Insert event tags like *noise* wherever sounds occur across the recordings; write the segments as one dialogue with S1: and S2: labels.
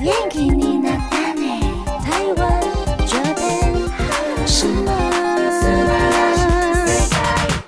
S1: 元気になったね台湾这边什么素晴らしい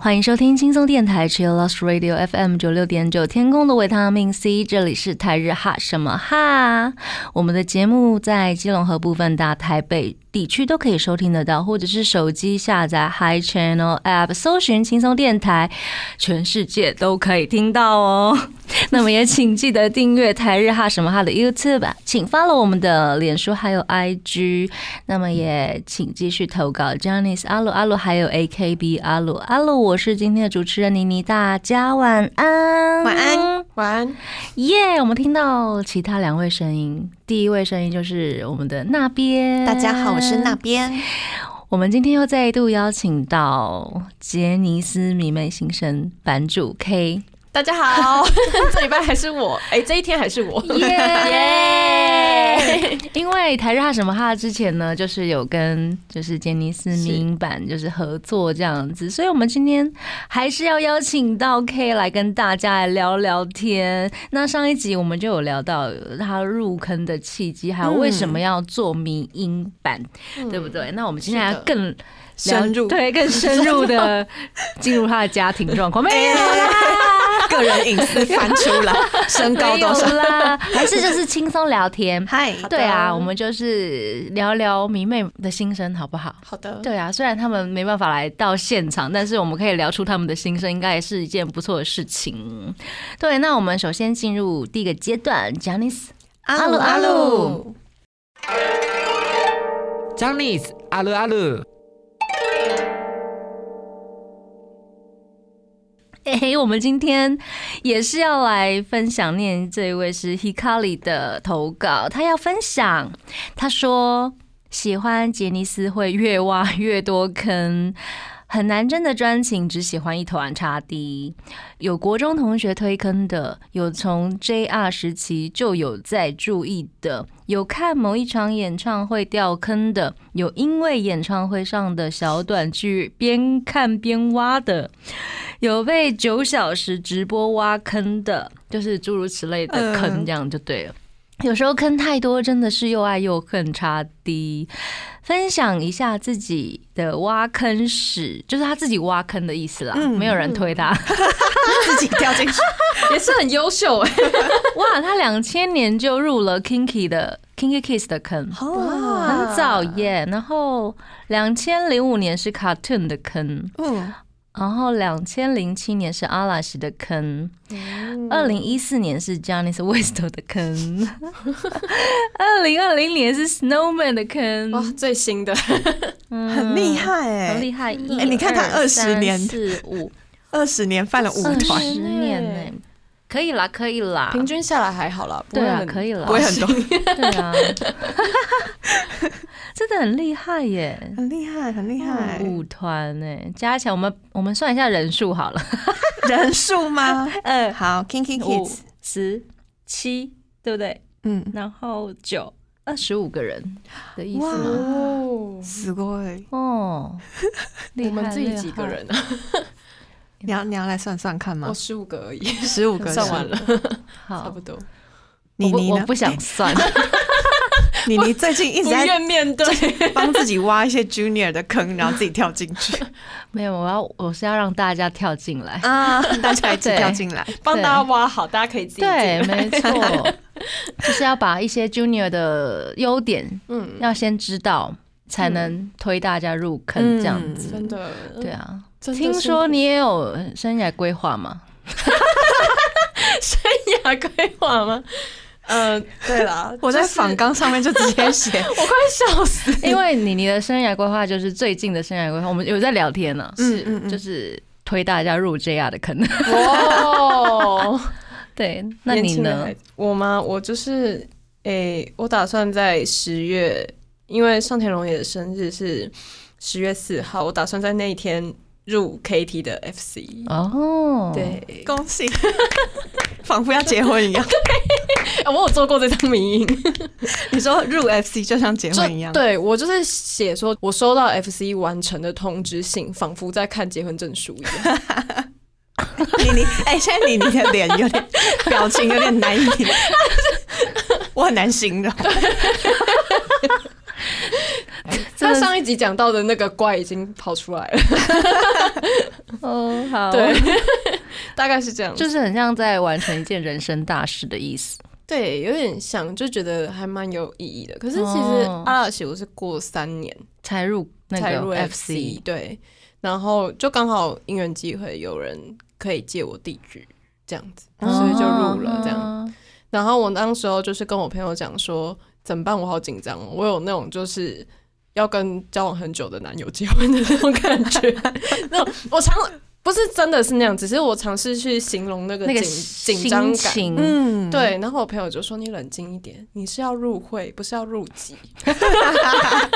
S2: 欢迎收听轻松电台 Chill Lost Radio FM 九六点九，天空的维他命 C，这里是台日哈什么哈。我们的节目在基隆和部分大台北地区都可以收听得到，或者是手机下载 Hi Channel App，搜寻轻松电台，全世界都可以听到哦。 *laughs* 那么也请记得订阅台日哈什么哈的 YouTube，请啊 follow 我们的脸书还有 IG。那么也请继续投稿 j a n i c e 阿鲁阿鲁还有 AKB 阿鲁阿鲁，我是今天的主持人妮妮，大家晚安，
S3: 晚安，晚安。
S2: 耶我们听到其他两位声音，第一位声音就是我们的那边，
S3: 大家好，我是那边。
S2: 我们今天又再度邀请到杰尼斯迷妹新生版主 K，
S4: 大家 *laughs* 好，这礼拜还是我，哎、这一天还是 *laughs* 我。
S2: 耶耶！ *laughs* 因为台日哈什么哈之前呢，就是有跟就是杰尼斯民营版就是合作这样子，所以我们今天还是要邀请到 K 来跟大家来聊聊天。那上一集我们就有聊到他入坑的契机，还有为什么要做民营版，对不对？那我们今天要
S4: 是的
S2: 更了
S3: 深入
S2: 对，更深入 *laughs* 的进入他的家庭状况，没有 *laughs* 啦。
S3: 个人隐私翻出来，身高
S2: 没
S3: 多
S2: 有
S3: 少？
S2: 啦， *laughs* 还是就是轻松聊天。
S3: 嗨，
S2: 对啊，我们就是聊聊迷妹的心声，好不好？
S4: 好的，
S2: 对啊，虽然他们没办法来到现场，但是我们可以聊出他们的心声，应该也是一件不错的事情。对，那我们首先进入第一个阶段，Janice，
S3: 阿鲁阿鲁，
S5: j a n i c e 阿鲁阿鲁，
S2: *laughs* 哎、我们今天也是要来分享念这一位是 Hikari 的投稿，他要分享，他说喜欢杰尼斯会越挖越多坑。很难真的专情，只喜欢一团插 D。有国中同学推坑的，有从 JR 时期就有在注意的，有看某一场演唱会掉坑的，有因为演唱会上的小短剧边看边挖的， *laughs* 有被九小时直播挖坑的，就是诸如此类的坑，
S3: 嗯
S2: 这样就对了。有时候坑太多，真的是又爱又恨，差低。分享一下自己的挖坑史，就是他自己挖坑的意思啦，
S3: 嗯
S2: 没有人推他。
S3: 自己掉进去，
S4: 也是很优秀哎、
S2: 哇，他两千年就入了 Kinky 的 Kinky Kiss 的坑，
S3: 哇，
S2: 很早耶。然后两千零五年是 Cartoon 的坑，
S3: 嗯，
S2: 然后两千零七年是阿拉西的坑，
S3: 哦
S2: 二零一四年是 Johnny's West 的坑，二零二零年是 Snowman 的
S4: 哇
S2: 坑，，
S4: 最新的，
S3: 很厉害
S2: 很
S3: 哎，
S2: 厉害！一、
S3: 哎你看看
S2: 二
S3: 20年
S2: 四五
S3: 二十年犯了五
S2: 二
S3: 团，
S2: 十年呢、可以啦，可以啦，
S4: 平均下来还好啦，不会
S2: 对啊
S4: 很
S2: 可以啦
S3: 不会很多，
S4: *laughs*
S2: 对
S3: *laughs*
S2: 啊，真的很厉害耶！
S3: 很厉害，很厉害，
S2: 舞团呢、加起来我们我们算一下人数好了，
S3: 人数吗？
S2: *laughs* 呃，
S3: 好，Kinky
S2: 五
S3: Kids，
S2: 十七，对不对？
S3: 嗯，
S2: 然后九二十五个人的意思吗？
S4: 哦。
S3: すごい，
S2: 哦，
S3: *laughs*
S2: 厉
S4: 我们
S2: 害
S4: 自己几个？人啊？
S3: 你要你要来算算看吗
S4: 我？十五个而已，
S3: *laughs* 十五个
S4: 算完
S3: 人，
S4: 了，
S2: 厉害
S4: 差
S2: 好
S4: 不，多。
S3: 妮
S2: 我
S3: 妮
S2: 不我
S3: 呢？
S2: 不想
S3: *laughs*
S2: 算，
S3: 妮妮最近一直
S4: 不
S3: 在
S4: 愿面对，
S3: 帮自己挖一些 Junior 的坑，然后自己跳进去
S2: 没有，我要我是要让大家跳进来。
S3: 啊， *laughs* 大家一起
S2: 对
S3: 跳进来，
S4: 帮大家挖好，大家可以自己
S2: 对，
S4: 进来。
S2: 没错， *laughs* 就是要把一些 junior 的优点
S4: 嗯，
S2: 要先知道，才能推大家入
S3: 嗯
S2: 坑嗯这样子。
S4: 真的，
S2: 对啊，
S4: 嗯真的辛
S2: 听
S4: 苦
S2: 说
S4: *laughs*
S2: 你也有生涯规划吗？
S4: 生涯规划吗？嗯，对啦，
S3: 我在
S4: 就是
S3: 仿纲上面就直接写，
S4: 我快笑死。
S2: 因为你你的生涯规划就是最近的生涯规划，我们有在聊天呢、
S3: 嗯嗯嗯
S2: 就是推大家入 JR 的坑。 *laughs*
S4: *laughs* 哦，
S2: 对，那
S4: 年
S2: 你
S4: 轻的
S2: 呢
S4: 孩？子？我吗？我就是，诶、我打算在十月，因为上田龙也的生日是十月四号，我打算在那一天入 KT 的 FC。
S2: 哦，，
S4: 对、
S3: 恭喜， *laughs* 仿佛要结婚一样。
S4: 啊我有做过这张迷影，
S3: 你说入 FC 就像结
S4: *laughs* 就
S3: 婚一样，
S4: 对我就是写说，我 *laughs* 收到 FC 完成的通知信，仿佛在看结婚证书一样。
S3: 妮妮，哎、现在妮妮的脸有点表情有点难以，我很难形容。
S4: 他上一集讲到的那个怪已经跑出来了，
S2: 哦，好
S4: 对，， *laughs* 大概是这
S2: *laughs*
S4: 样，
S2: 就是很像在完成一件人生大事的意思。
S4: 对，有点像，就觉得还蛮有意义的。可是其实
S2: 哦
S4: 阿拉西我是过三年
S2: 才入那
S4: 才入
S2: 个
S4: FC，对，然后就刚好因缘机会，有人可以借我地址，这样子，
S2: 哦
S4: 所以就入了这样。
S2: 样。
S4: 然后我当时候就是跟我朋友讲说，怎么办？我好紧张、哦，我有那种就是要跟交往很久的男友结婚的那种感觉。 *laughs* 那种我尝不是真的是那样，只是我尝试去形容那个
S2: 那
S4: 紧
S2: 个
S4: 紧张
S2: 心
S4: 感。
S2: 情
S3: 嗯，
S4: 对，然后我朋友就说：“你冷静一点，你是要入会，不是要入籍。
S2: *laughs*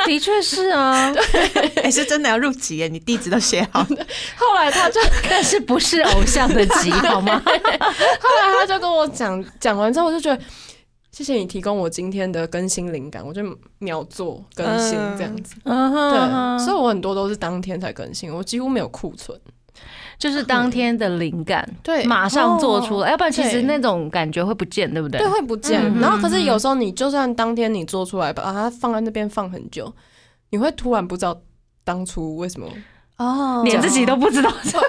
S2: 的确是
S4: *laughs*
S2: 啊，
S3: 哎、是真的要入籍耶，你地址都写好了。”
S4: 后来他就，
S2: *laughs* 但是不是偶像的集好吗？
S4: *laughs* 后来他就跟我讲， *laughs* 讲完之后我就觉得，谢谢你提供我今天的更新灵感，我就秒做更新这样子。嗯
S2: 对
S4: 对，所以我很多都是当天才更新，我几乎没有库存。
S2: 就是当天的灵感，
S4: 对哦
S2: 马上做出来，要不然其实
S4: 对
S2: 那种感觉会不见，对不对
S4: 对，？会不见。
S2: 嗯
S4: 然后可是有时候你就算当天你做出来，把它放在那边放很久，你会突然不知道当初为什么，就
S3: 哦
S2: 连自己都不知道 *laughs* 怎么
S4: 会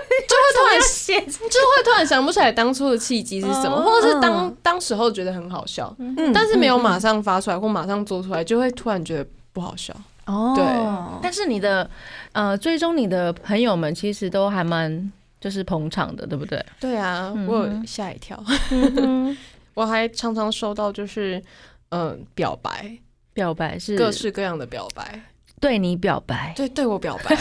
S4: 突然
S2: 写，
S4: *laughs* 就会突然想嗯不起来当初的契机是什么，
S2: 哦
S4: 或者是当当时候觉得很好笑，
S3: 嗯
S4: 但是没有马上发出来或马上做出来，就会突然觉得不好笑。
S3: 哦，
S2: 但是你的呃，追踪你的朋友们其实都还蛮就是捧场的，对不对？
S4: 对啊，
S2: 嗯
S4: 我有吓一跳，
S2: 嗯，
S4: *laughs* 我还常常收到就是嗯、呃表白，
S2: 表白是
S4: 各式各样的表白，
S2: 对你表白，
S4: 对对我表白，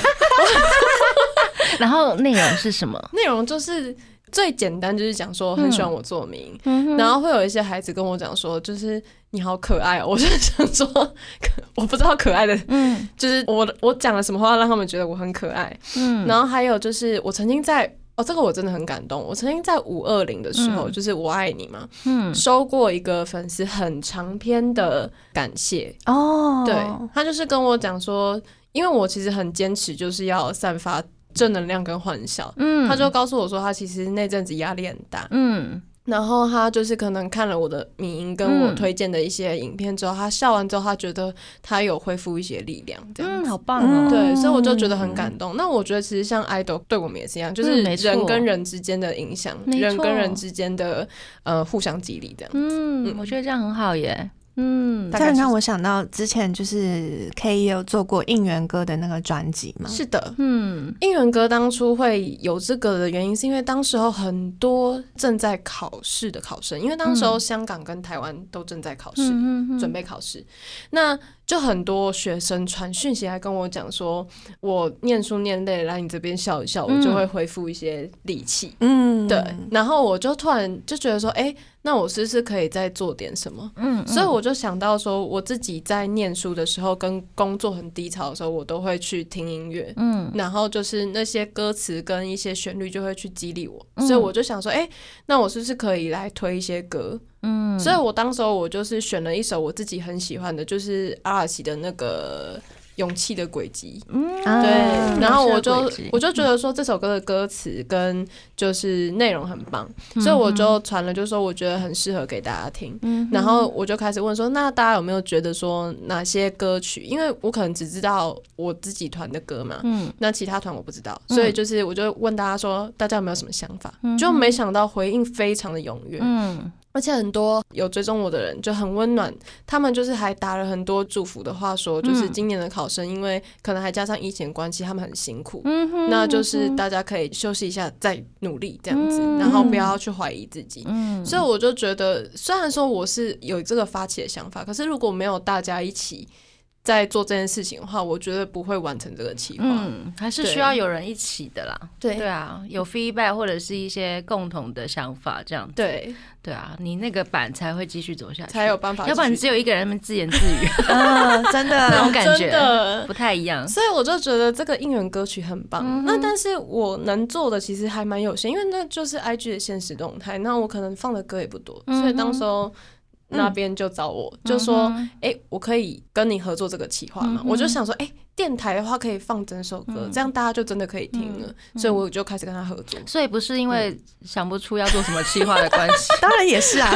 S2: 然后内容是什么？
S4: *laughs* 内容就是最简单，就是讲说很喜欢我作名，然后会有一些孩子跟我讲说，就是你好可爱、哦，我就想说， *laughs* 可我不知道可爱的，
S2: 嗯
S4: 就是我我讲了什么话让他们觉得我很可爱，
S2: 嗯
S4: 然后还有就是我曾经在。哦，这个我真的很感动。我曾经在五二零的时候，
S2: 嗯
S4: 就是我爱你嘛，
S2: 嗯
S4: 收过一个粉丝很长篇的感谢。
S3: 哦，
S4: 对
S2: 嗯
S4: 他就是跟我讲说，因为我其实很坚持，就是要散发正能量跟欢笑，
S2: 嗯
S4: 他就告诉我说，他其实那阵子压力很大，
S2: 嗯
S4: 然后他就是可能看了我的迷音跟我
S2: 嗯
S4: 推荐的一些影片之后，他笑完之后，他觉得他有恢复一些力量，这样
S2: 嗯，
S4: 子。
S2: 好棒哦，
S4: 对，所以我就觉得很感动。那我觉得其实像 idol 对我们也是一样，就是
S2: 嗯没错
S4: 人跟人之间的影响，
S2: 没错
S4: 人跟人之间的呃互相激励这样。
S2: 嗯，我觉得这样很好耶，嗯
S4: 大
S3: 这
S4: 概
S3: 样
S4: 是
S3: 让我想到之前就是 K 也有做过应援歌的那个专辑嘛，
S4: 是的，
S2: 嗯
S4: 应援歌当初会有这个的原因，是因为当时候很多正在考试的考生，因为当时候香港跟台湾都正在考试，
S2: 嗯
S4: 准备考试，那就很多学生传讯息来跟我讲说，我念书念累了，来你这边笑一笑，我
S2: 嗯
S4: 就会恢复一些力气。
S3: 嗯，
S4: 对，然后我就突然就觉得说，哎、那我是不是可以再做点什么？
S2: 嗯，
S4: 所以我就想到说，我自己在念书的时候跟工作很低潮的时候，我都会去听音乐，
S2: 嗯
S4: 然后就是那些歌词跟一些旋律就会去激励我，
S2: 嗯
S4: 所以我就想说，哎、那我是不是可以来推一些歌？
S2: 嗯，
S4: 所以我当时候我就是选了一首我自己很喜欢的，就是阿拉西的那个。勇气的轨迹，
S3: 啊
S4: 对，
S2: 嗯
S4: *laughs* 然后我就
S2: 勇气的轨迹
S4: 我就觉得说这首歌的歌词跟就是内容很棒，所以我就传了，就说我觉得很适合给大家听。
S2: 嗯
S4: 然后我就开始问说，那大家有没有觉得说哪些歌曲？因为我可能只知道我自己团的歌嘛，
S2: 嗯
S4: 那其他团我不知道，所以就是我就问大家说，大家有没有什么想法？
S2: 嗯
S4: 就没想到回应非常的踊跃，
S2: 嗯
S4: 而且很多有追踪我的人就很温暖，他们就是还打了很多祝福的话说，就是
S2: 嗯
S4: 今年的考生因为可能还加上疫情关系，他们很辛苦。
S2: 嗯哼，
S4: 那就是大家可以休息一下，再努力这样子，
S2: 嗯
S4: 然后不要去怀疑自己。
S2: 嗯
S4: 所以我就觉得，虽然说我是有这个发起的想法，可是如果没有大家一起在做这件事情的话，我觉得不会完成这个计划。
S2: 嗯，还是需要有人一起的啦。
S4: 对
S2: 对啊，有 feedback 或者是一些共同的想法，这样
S4: 对，
S2: 对啊，你那个版才会继续走下去，
S4: 才有，办法继续。
S2: 要不然你只有一个人在那边自言自语
S3: 嗯，真
S2: 那
S3: 的
S2: 种感
S4: *laughs* 真
S2: 觉，
S4: 的。
S2: 不太一样。
S4: 所以我就觉得这个应援歌曲很棒。那但是我能做的其实还蛮有限，因为那就是 IG 的现实动态，那我可能放的歌也不多，所以当时候那边就找我，
S2: 嗯
S4: 就说：“哎、我可以跟你合作这个企划嘛？”我就想说：“哎、电台的话可以放整首歌，这样大家就真的可以听了。所以我就开始跟他合作。
S2: 所以不是因为想不出要做什么计划的关系，
S3: 当然
S4: *laughs*
S3: 也是啊。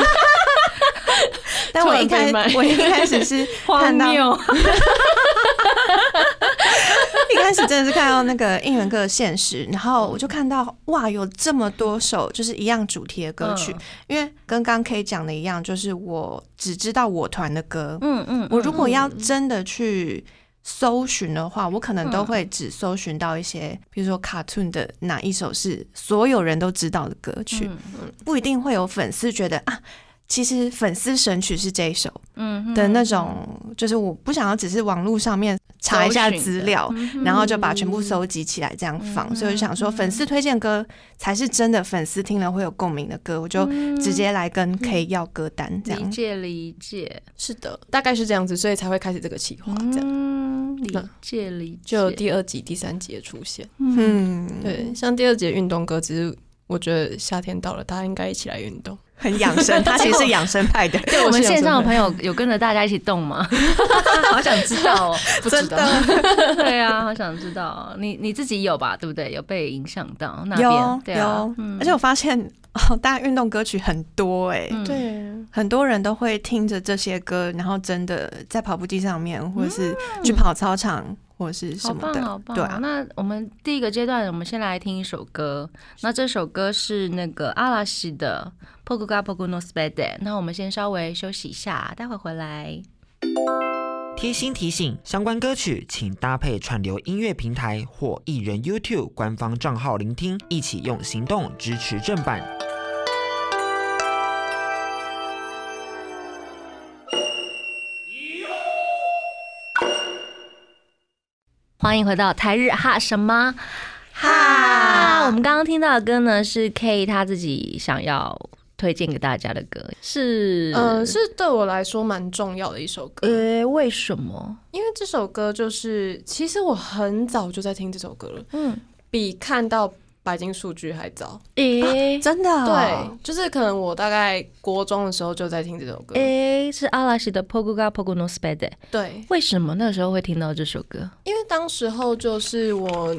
S3: 但我一开
S4: 突然被骂
S3: 我一开始
S4: *laughs*
S3: 是 *laughs* 看到， *laughs* 一开始真的是看到那个应援歌的现实，然后我就看到哇，有这么多首就是一样主题的歌曲，
S4: 嗯
S3: 因为跟刚刚 K 讲的一样，就是我只知道我团的歌，
S2: 嗯嗯，
S3: 我如果要真的去搜寻的话，我可能
S2: 嗯
S3: 都会只搜寻到一些，比如说 cartoon 的哪一首是所有人都知道的歌
S2: 嗯
S3: 曲，不一定会有粉丝觉得啊。其实粉丝神曲是这一首
S2: 嗯
S3: 的那种，就是我不想要只是网络上面查一下资
S2: 嗯
S3: 料，然后就把全部搜集起来这样放，所以我就想说
S2: 嗯
S3: 粉丝推荐歌才是真的粉丝听了会有共鸣的歌，我就直接来跟 K 要歌单这
S2: 嗯理
S3: 样。
S2: 解理解，
S4: 是的，大概是这样子，所以才会开始这个企划。这样
S2: 嗯，理解理解，
S4: 就有第二集、第三集的出现。
S3: 嗯，
S4: 对，像第二集的运动歌，其实我觉得夏天到了，大家应该一起来运动。
S3: 很养生，他其实是养生派的，
S2: 对我们
S4: 是有
S2: 线上的
S4: 准备
S2: 朋友有跟着大家一起动吗？ *laughs* 好想知道哦，
S4: 不知道，
S2: 对啊，好想知道哦，你你自己有吧？对不对？有被影响到那边？
S3: 有
S2: 对啊
S3: 有，，而且我发现哦，大家运动歌曲很多哎、
S2: 嗯
S4: 对，
S3: 很多人都会听着这些歌，然后真的在跑步机上面，或者是去跑操场，或者是
S2: 好
S3: 什么
S2: 棒，哦
S3: 的，
S2: 好棒！
S3: 对啊，
S2: 那我们第一个阶段，我们先来听一首歌。那这首歌是那个阿拉西的《p o k u g a p o k u no s p e d e 那我们先稍微休息一下，待会回来。
S5: 贴心提醒：相关歌曲请搭配串流音乐平台或艺人 YouTube 官方账号聆听，一起用行动支持正版。
S2: 欢迎回到台日哈什么哈？我们刚刚听到的歌呢，是 K 他自己想要推荐给大家的歌，是
S4: 嗯、是对我来说蛮重要的一首歌，
S2: 呃，为什么？
S4: 因为这首歌就是，其实我很早就在听这首歌了，
S2: 嗯，
S4: 比看到白金数据还早。
S2: 诶、
S3: 真的、哦，
S4: 对，就是可能我大概国中的时候就在听这首歌。
S2: 诶、是阿拉西的《p o k u g a p o k u no s p e d e
S4: 对，
S2: 为什么那时候会听到这首歌？
S4: 因为当时候就是我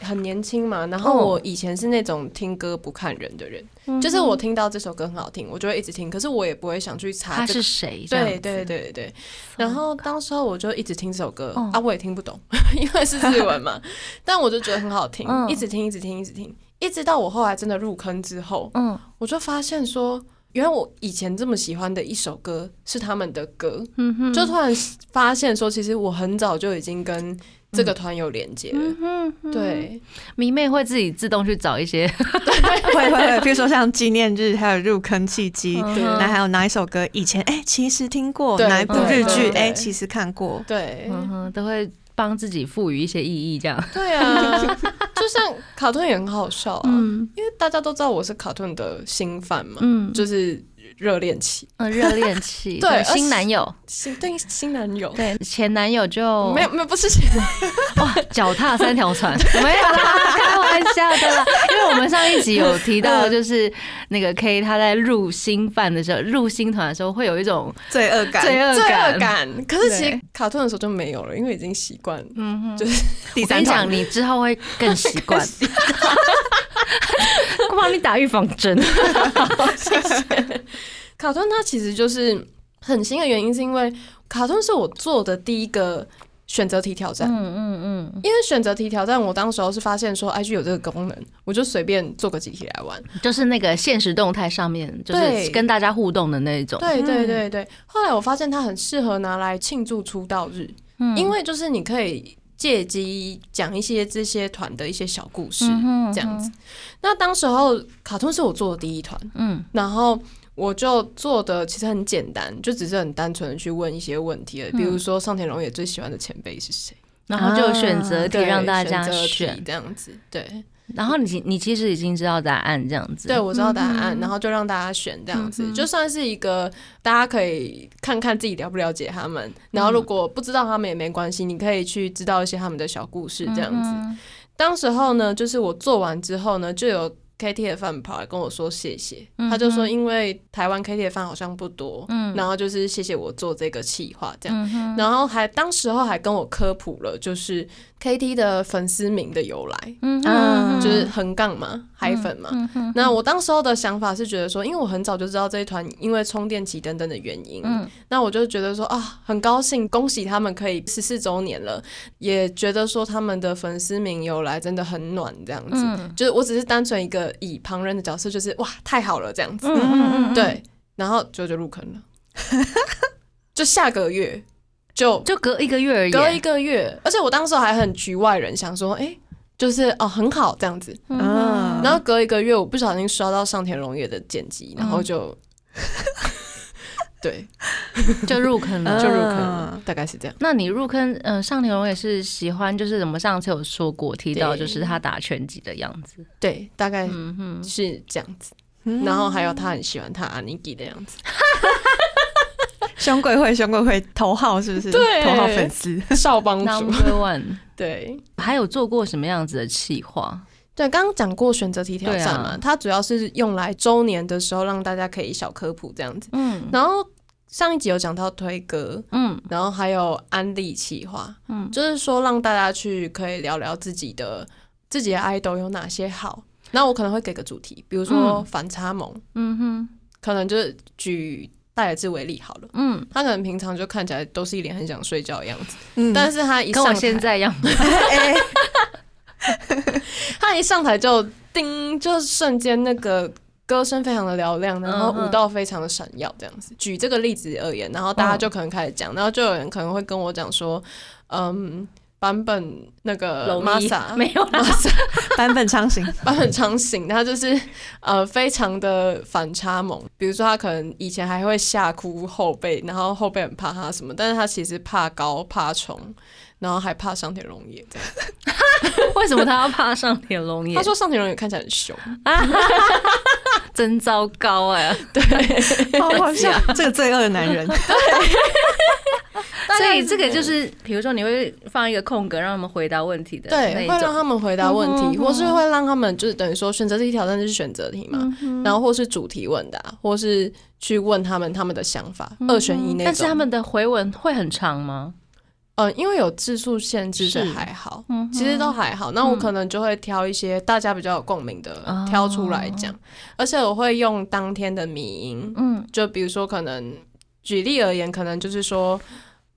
S4: 很年轻嘛，然后我以前是那种听歌不看人的人，
S2: 嗯
S4: 嗯就是我听到这首歌很好听，我就会一直听，可是我也不会想去查
S2: 他
S4: 这
S2: 是
S4: 个
S2: 谁？这样
S4: 对对对对，然后当时候我就一直听这首歌、
S2: 哦
S4: 啊，我也听不懂，因为是日文
S2: *laughs*
S4: 嘛，但我就觉得很好听，
S2: 嗯
S4: 一直听一直听一直听，一直到我后来真的入坑之后，
S2: 嗯
S4: 我就发现说，原来我以前这么喜欢的一首歌是他们的歌，
S2: 嗯哼，
S4: 就突然发现说，其实我很早就已经跟这
S2: 嗯
S4: 个团有连接了，对，
S2: 迷妹会自己自动去找一些，
S3: 会会会，比如说像纪念日，还有入坑契机，
S2: 嗯
S4: 对
S3: 那还有哪一首歌以前哎、其实听过，
S4: 对
S3: 哪一部
S4: 对
S3: 日剧
S4: 对对
S3: 哎、其实看过，
S4: 对，
S2: 嗯哼，都会帮自己赋予一些意义，这样。
S4: 对
S2: *laughs*
S4: 啊，就像卡顿也很好笑啊，
S2: 嗯
S4: 因为大家都知道我是卡顿的新番嘛，
S2: 嗯
S4: 就是热恋期，
S2: 嗯，热恋期，
S4: 对而且
S2: 新男友，
S4: 新对新男友，
S2: 对前男友就
S4: 没有没有不是新男
S2: 哇，脚踏三条
S4: *laughs*
S2: 船，没有啦， *laughs* 开玩笑的啦。因为我们上一集有提到，就是那
S4: 嗯
S2: 个 K 他在入新饭的时候，入新团的时候会有一种
S3: 罪恶感，
S2: 罪恶
S4: 罪
S2: 感。
S4: 恶感，可是其实
S2: 对
S4: 卡顿的时候就没有了，因为已经习惯了。
S2: 嗯哼，
S3: 第
S2: 我跟
S3: 三
S2: 你讲，
S3: 场
S2: 你之后会更习惯。
S4: *laughs*
S2: *laughs* 我帮你打预防针。
S4: 卡顿它其实就是很新的原因，是因为卡顿是我做的第一个选择题挑战。
S2: 嗯嗯嗯，
S4: 因为选择题挑战，我当时候是发现说 IG 有这个功能，我就随便做个几题来玩。
S2: 就是那个现实动态上面，就是
S4: 对
S2: 跟大家互动的那一种。
S4: 对对对对，后来我发现它很适合拿来庆祝出道日，
S2: 嗯
S4: 因为就是你可以借机讲一些这些团的一些小故事，
S2: 嗯哼
S4: 这样子。那当时候卡通是我做的第一团，
S2: 嗯
S4: 然后我就做的其实很简单，就只是很单纯的去问一些问题而已，比如说上田龙也最喜欢的前辈是谁，
S2: 嗯
S4: 啊
S2: 然后就有选择题
S4: 对，
S2: 让大家
S4: 选择题
S2: 选，
S4: 这样子，对。
S2: 然后你其你其实已经知道答案这样子。
S4: 对，我知道答
S2: 嗯
S4: 案，然后就让大家选这样子，就算是一个大家可以看看自己了不了解他们，然后
S2: 嗯
S4: 如果不知道他们也没关系，你可以去知
S2: 嗯
S4: 道一些他们的小故事这样子。当时候呢，就是我做完之后呢，就有。 KT 的饭跑来跟我说谢谢，
S2: 嗯
S4: 他就说
S2: 哼
S4: 因为台湾 KT 的饭好像不多，
S2: 嗯
S4: 然后就是谢谢我做这个企划这样。
S2: 嗯哼，
S4: 然后还当时候还跟我科普了，就是 KT 的粉丝名的由来，
S2: 嗯
S3: 啊
S4: 就是横杠嘛，海粉嘛。
S2: 嗯哼，
S4: 那我当时候的想法是觉得说，因为我很早就知道这一团因为充电期等等的原因，
S2: 嗯
S4: 那我就觉得说啊，很高兴，恭喜他们可以十四周年了，也觉得说他们的粉丝名由来真的很暖，这样子，
S2: 嗯
S4: 就是我只是单纯一个以旁人的角色，就是哇，太好了这样子，
S2: 嗯嗯，
S4: 对，然后就就入坑了， *laughs* 就下个月就
S2: 就隔一个月而已，
S4: 隔一个月，而且我当时还很局外人，想说，哎、就是哦，很好这样子，
S3: 嗯
S4: 然后隔一个月，我不小心刷到上田荣也的剪辑，然后就， *laughs* 对，
S2: 就入坑了，
S4: *laughs* 就入坑
S3: 啊
S4: 了，大概是这样。
S2: 那你入坑，嗯、上田荣也是喜欢，就是我们上次有说过提到，就是他打拳击的样子。
S4: 对，大概
S2: 嗯哼，
S4: 是这样子。嗯
S3: 嗯
S4: 然后还有他很喜欢他阿尼基的样子，
S3: 熊鬼会，熊鬼会头号是不是？
S4: 对
S3: 头号粉丝。
S4: *laughs* 少帮主。
S2: Number One
S4: 对
S2: 还有做过什么样子的企划？
S4: 对，刚刚讲过选择题挑战
S2: 对啊
S4: 嘛，它主要是用来周年的时候让大家可以小科普这样子。
S2: 嗯
S4: 然后上一集有讲到推歌，
S2: 嗯
S4: 然后还有安利企划，
S2: 嗯
S4: 就是说让大家去可以聊聊自己的自己的 idol 有哪些好。那我可能会给个主题，比如说
S2: 嗯
S4: 反差萌，
S2: 嗯哼
S4: 可能就是举戴尔智为例好了。
S2: 嗯，
S4: 他可能平常就看起来都是一脸很想睡觉的样子，
S3: 嗯
S4: 但是他一
S2: 跟
S4: 上
S2: 我
S4: 台，
S2: 现在一样。
S3: *laughs* 哎
S4: 他一上台就叮，就瞬间那个歌声非常的嘹亮，然后
S2: 嗯哼
S4: 舞蹈非常的闪耀，这样子。举这个例子而言，然后大家
S2: 嗯
S4: 就可能开始讲，然后就有人可能会跟我讲说，嗯，版本那个
S2: 龙一
S4: Masa
S2: *laughs* 没有啊啦，
S3: *laughs* 版本昌行，
S4: 版本昌行，他就是呃非常的反差萌。比如说他可能以前还会吓哭后辈，然后后辈很怕他什么，但是他其实怕高、怕虫，然后还怕上田龙也。这样
S2: 为什么他要怕上田龙也？
S4: 他说上田龙也看起来很凶，
S2: *laughs* 真糟糕
S4: *laughs*
S2: 哎、
S3: 好哦
S2: *laughs*
S3: 好笑，
S2: 啊
S3: 这个罪恶的男 *laughs* 人。
S2: 所以这个就是，比如说你会放一个空格让他们回答问题的
S4: 对，
S2: 那
S4: 会
S2: 一
S4: 让
S2: 种。嗯
S4: 他们回答问题，或是会让他们就是等于说选择题挑战就是选择题
S2: 嗯
S4: 嘛，然后或是主题问答，或是去问他们他们的想法，二选一那种。
S2: 嗯但是他们的回文会很长吗？
S4: 嗯，因为有字数限制，所以
S3: 是
S4: 还好，
S2: 嗯
S4: 其实都还好。那我可能就会挑一些大家比较有共鸣的、
S2: 哦
S4: 挑出来讲，而且我会用当天的迷音，
S2: 嗯
S4: 就比如说可能举例而言，可能就是说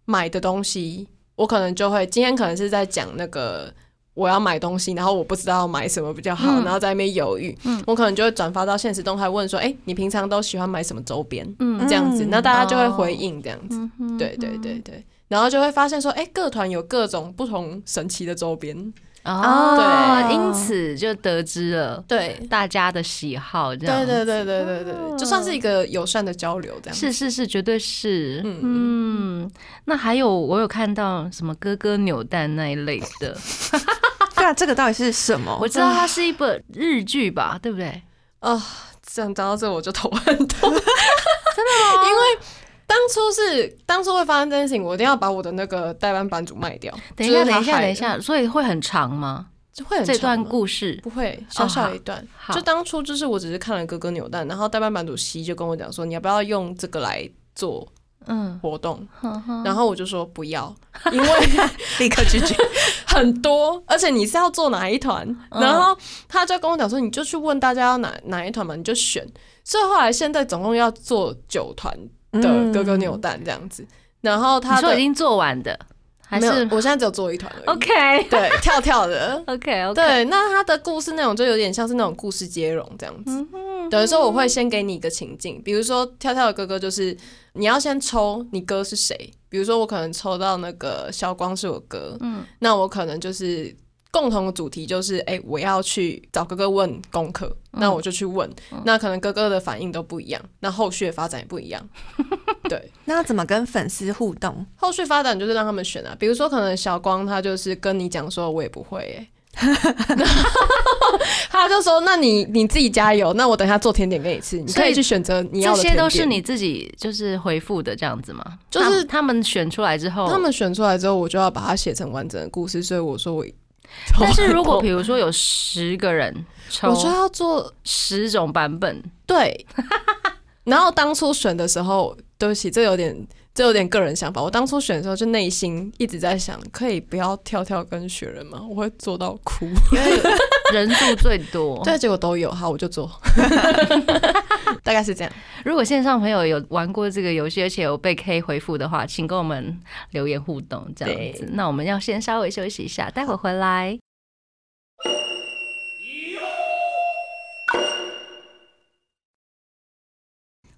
S4: 买的东西，我可能就会今天可能是在讲那个。我要买东西，然后我不知道买什么比较好，
S2: 嗯
S4: 然后在那边犹豫，
S2: 嗯
S4: 我可能就会转发到现实动态问说：“哎、你平常都喜欢买什么周边？”
S2: 嗯
S4: 这样子，
S3: 嗯
S4: 那大家就会
S2: 哦
S4: 回应这样子。
S2: 嗯哼
S4: 对对对对，然后就会发现说，哎、各团有各种不同神奇的周边，
S2: 哦，
S3: 对
S2: 因此就得知了
S4: 对，
S2: 大家的喜好，这样
S4: 对对对对对对，就算是一个友善的交流这样。
S2: 是，是是，绝对是，
S4: 嗯
S2: 嗯那还有我有看到什么哥哥扭蛋那一类的，
S4: *laughs*
S3: 对啊，这个到底是什么？
S2: 我知道它是一本日剧吧，对不
S4: *laughs*
S2: 对？
S4: 啊，这样讲到这我就头很痛，真的吗？因为当初是当初会发生这件事情，我一定要把我的那个代班版主卖掉。
S2: 等一下，
S4: 就是
S2: 等
S4: 他
S2: 一下，
S4: 害
S2: 等一下，所以会很长吗？
S4: 的，会很
S2: 这
S4: 长
S2: 段
S4: 吗
S2: 故事
S4: 不会，小小一段。
S2: 好
S4: 就当初就是我只是看了哥哥扭蛋，然后代班版主西就跟我讲说，你要不要用这个来做
S2: 嗯，
S4: 活动？
S2: 哼哼
S4: 然后我就说不要，因为
S3: *laughs* 立刻拒绝。
S4: 很多，而且你是要做哪一团？
S2: 嗯
S4: 然后他就跟我讲说，你就去问大家要哪哪一团嘛，你就选。所以后来现在总共要做九团的哥哥扭蛋这样子。然后
S2: 你
S4: 他
S2: 说
S4: 的
S2: 已经做完的，还
S4: 没有，
S2: 是
S4: 我现在只有做一团而已
S2: OK
S4: 对，跳
S2: *laughs*
S4: 跳的。
S2: OK OK，
S4: 对，那他的故事内容就有点像是那种故事接龙这样子。等于说我会先给你一个情境，比如说跳跳的哥哥就是你要先抽你哥是谁，比如说我可能抽到那个小光是我哥，
S2: 嗯
S4: 嗯，那我可能就是共同的主题就是，哎、我要去找哥哥问功课，那我就去问，那可能哥哥的反应都不一样，那后续的发展也不一样，对。
S3: 那要怎么跟粉丝互动？
S4: 后续发展就是让他们选啊，比如说可能小光他就是跟你讲说，我也不会、 *laughs* 欸，然后他就说，那你你自己加油，那我等一下做甜点给你吃，你可
S2: 所以
S4: 以去选择你要
S2: 这
S4: 的
S2: 些都是
S4: 甜
S2: 你
S4: 点
S2: 自己就是回复的这样子吗？
S4: 就是
S2: 他他们选出来之后，
S4: 他们选出来之后，我就要把它写成完整的故事，所以我说我抽
S2: *laughs* 但
S4: *laughs*
S2: 是如果
S4: 很
S2: 比
S4: 多
S2: 如说有十个人抽
S4: 我说要做
S2: 十种版本， *laughs*
S4: 对， *laughs* 然后当初选的时候，对不起，这有点这有点个人想法。我当初选的时候，就内心一直在想，可以不要跳跳跟雪人吗？我会做到哭。
S2: 因为人数最多。
S4: *laughs* 对，结果都有，好，我就 *laughs* 做，大概是这样。
S2: 如果线上朋友有玩过这个游戏，而且有被 K 回复的话，请跟我们留言互动这样子。那我们要先稍微休息一下，待会回来。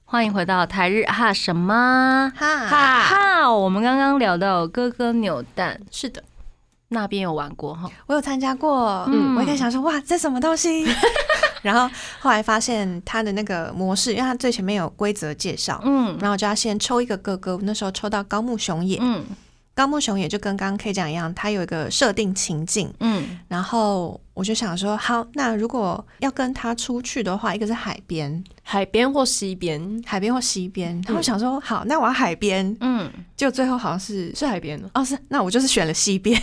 S2: 欢迎回到台日哈什么
S3: 哈
S2: 哈哈！我们刚刚聊到哥哥扭蛋
S4: 是的，
S2: 那边有玩过哈，
S3: 我有参加过，
S2: 嗯
S3: 我一开始想说哇，这什么东 *laughs* 西？然后后来发现它的那个模式，因为它最前面有规则介绍，
S2: 嗯
S3: 然后我就要先抽一个哥哥。那时候抽到高木雄也，
S2: 嗯
S3: 高木雄也就跟刚刚 K 讲一样，他有一个设定情境，
S2: 嗯
S3: 然后我就想说，好，那如果要跟他出去的话，一个是海边，
S4: 海边或西边，
S3: 海边或西边，然后我想说，好，那我要海边，
S2: 嗯，
S3: 就最后好像是。
S4: 是海边呢。
S3: 哦，是，那我就是选了
S2: *laughs*
S3: 西边，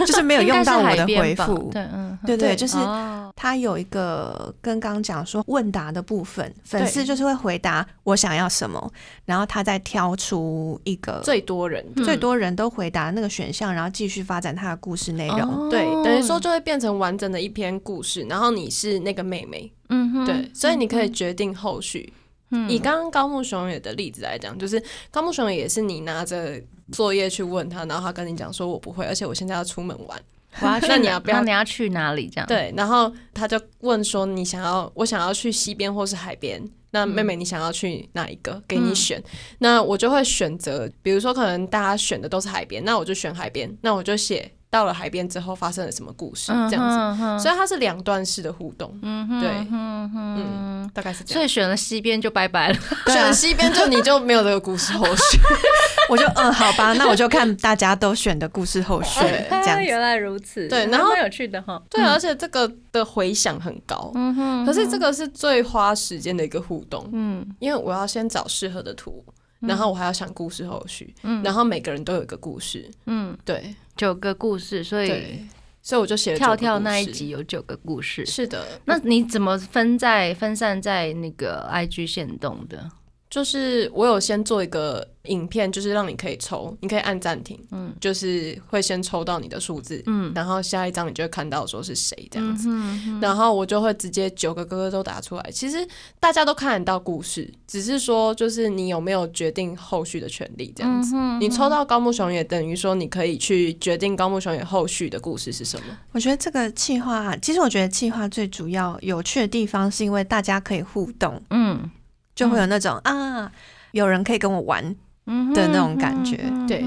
S3: 就是没有
S2: 应
S3: 用
S2: 该是
S3: 到我
S2: 海
S3: 的回
S2: 边吧？
S3: 复。
S2: 对，嗯，
S3: 对对，
S4: 对
S3: 就是
S2: 哦
S3: 他有一个跟刚刚讲说问答的部分，粉丝
S4: 对
S3: 就是会回答我想要什么，然后他再挑出一个
S4: 最多人的
S2: 嗯
S3: 最多人都回答那个选项，然后继续发展他的故事内
S2: 哦
S3: 容。
S4: 对，等于说就会变成完整的一篇故事，然后你是那个妹妹，
S2: 嗯哼，
S4: 对，所以你可以决定后续。
S2: 嗯
S4: 以刚刚高木雄也的例子来讲，就是高木雄也也是你拿着作业去问他，然后他跟你讲说我不会，而且我现在要出门玩，
S2: 我要去
S4: *laughs* 那你
S2: 哪
S4: 要不要
S2: 那你要去哪里？这样，
S4: 对，然后他就问说你想要我想要去西边或是海边，那妹
S2: 嗯
S4: 妹你想要去哪一个？给你选，那我就会选择，比如说可能大家选的都是海边，那我就选海边，那我就写到了海边之后发生了什么故事、
S2: 嗯哼，
S4: 这样子，
S2: 子
S4: 所以它是两段式的互动，
S2: 嗯哼，
S4: 对
S2: 嗯哼，
S4: 大概是这
S2: 所
S4: 样。
S2: 以选了西边就拜拜了。
S3: 对啊
S4: 选西边就你就没有这个故事后续，
S2: *laughs*
S3: 我就嗯，好吧，那我就看大家都选的故事后
S2: *laughs*
S3: 续
S4: 对
S3: 这样子。
S2: 原来如此，
S4: 对
S2: 还
S4: 然后
S2: 蛮有趣的哈。
S4: 对，啊而且这个的回响很高。
S2: 嗯哼，
S4: 可是这个是最花时间的一个互动，
S2: 嗯
S4: 因为我要先找适合的图，然后我还要想故事后续，
S2: 嗯
S4: 然后每个人都有一个故事，
S2: 嗯，
S4: 对
S2: 九个故事，所以
S4: 对，所以我就写了九
S2: 跳
S4: 个
S2: 跳那一
S4: 故事
S2: 集有九个故事。
S4: 是的，
S2: 那你怎么分在分散在那个 IG 线动的？
S4: 就是我有先做一个影片，就是让你可以抽，你可以按暂停，
S2: 嗯
S4: 就是会先抽到你的数字，
S2: 嗯
S4: 然后下一张你就会看到说是谁这样
S2: 嗯
S4: 子。
S2: 哼，
S4: 然后我就会直接九个哥哥都打出来。其实大家都看得到故事，只是说就是你有没有决定后续的权利这
S2: 嗯
S4: 样子。你抽到高木雄也等于说你可以去决定高木雄也后续的故事是什么。
S3: 我觉得这个计划，其实我觉得计划最主要有趣的地方，是因为大家可以互动，
S2: 嗯
S3: 就会有那种、
S4: 嗯
S3: 啊，有人可以跟我玩
S2: 嗯哼
S3: 的那种感觉。
S2: 嗯
S4: 对，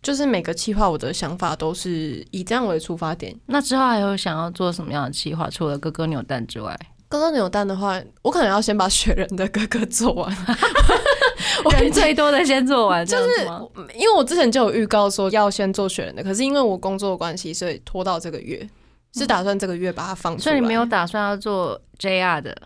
S4: 就是每个企划我的想法都是以这样为出发点。
S2: 那之后还有想要做什么样的计划？除了哥哥扭蛋之外，
S4: 哥哥扭蛋的话，我可能要先把雪人的哥哥做 *laughs* 完。我
S2: 人最多的先做完，就是
S4: 因为我之前就有预告说要先做雪人的，可是因为我工作的关系，所以拖到这个月，是打算这个月把它放出
S2: 所
S4: 来。
S2: 以你没有打算要做 JR 的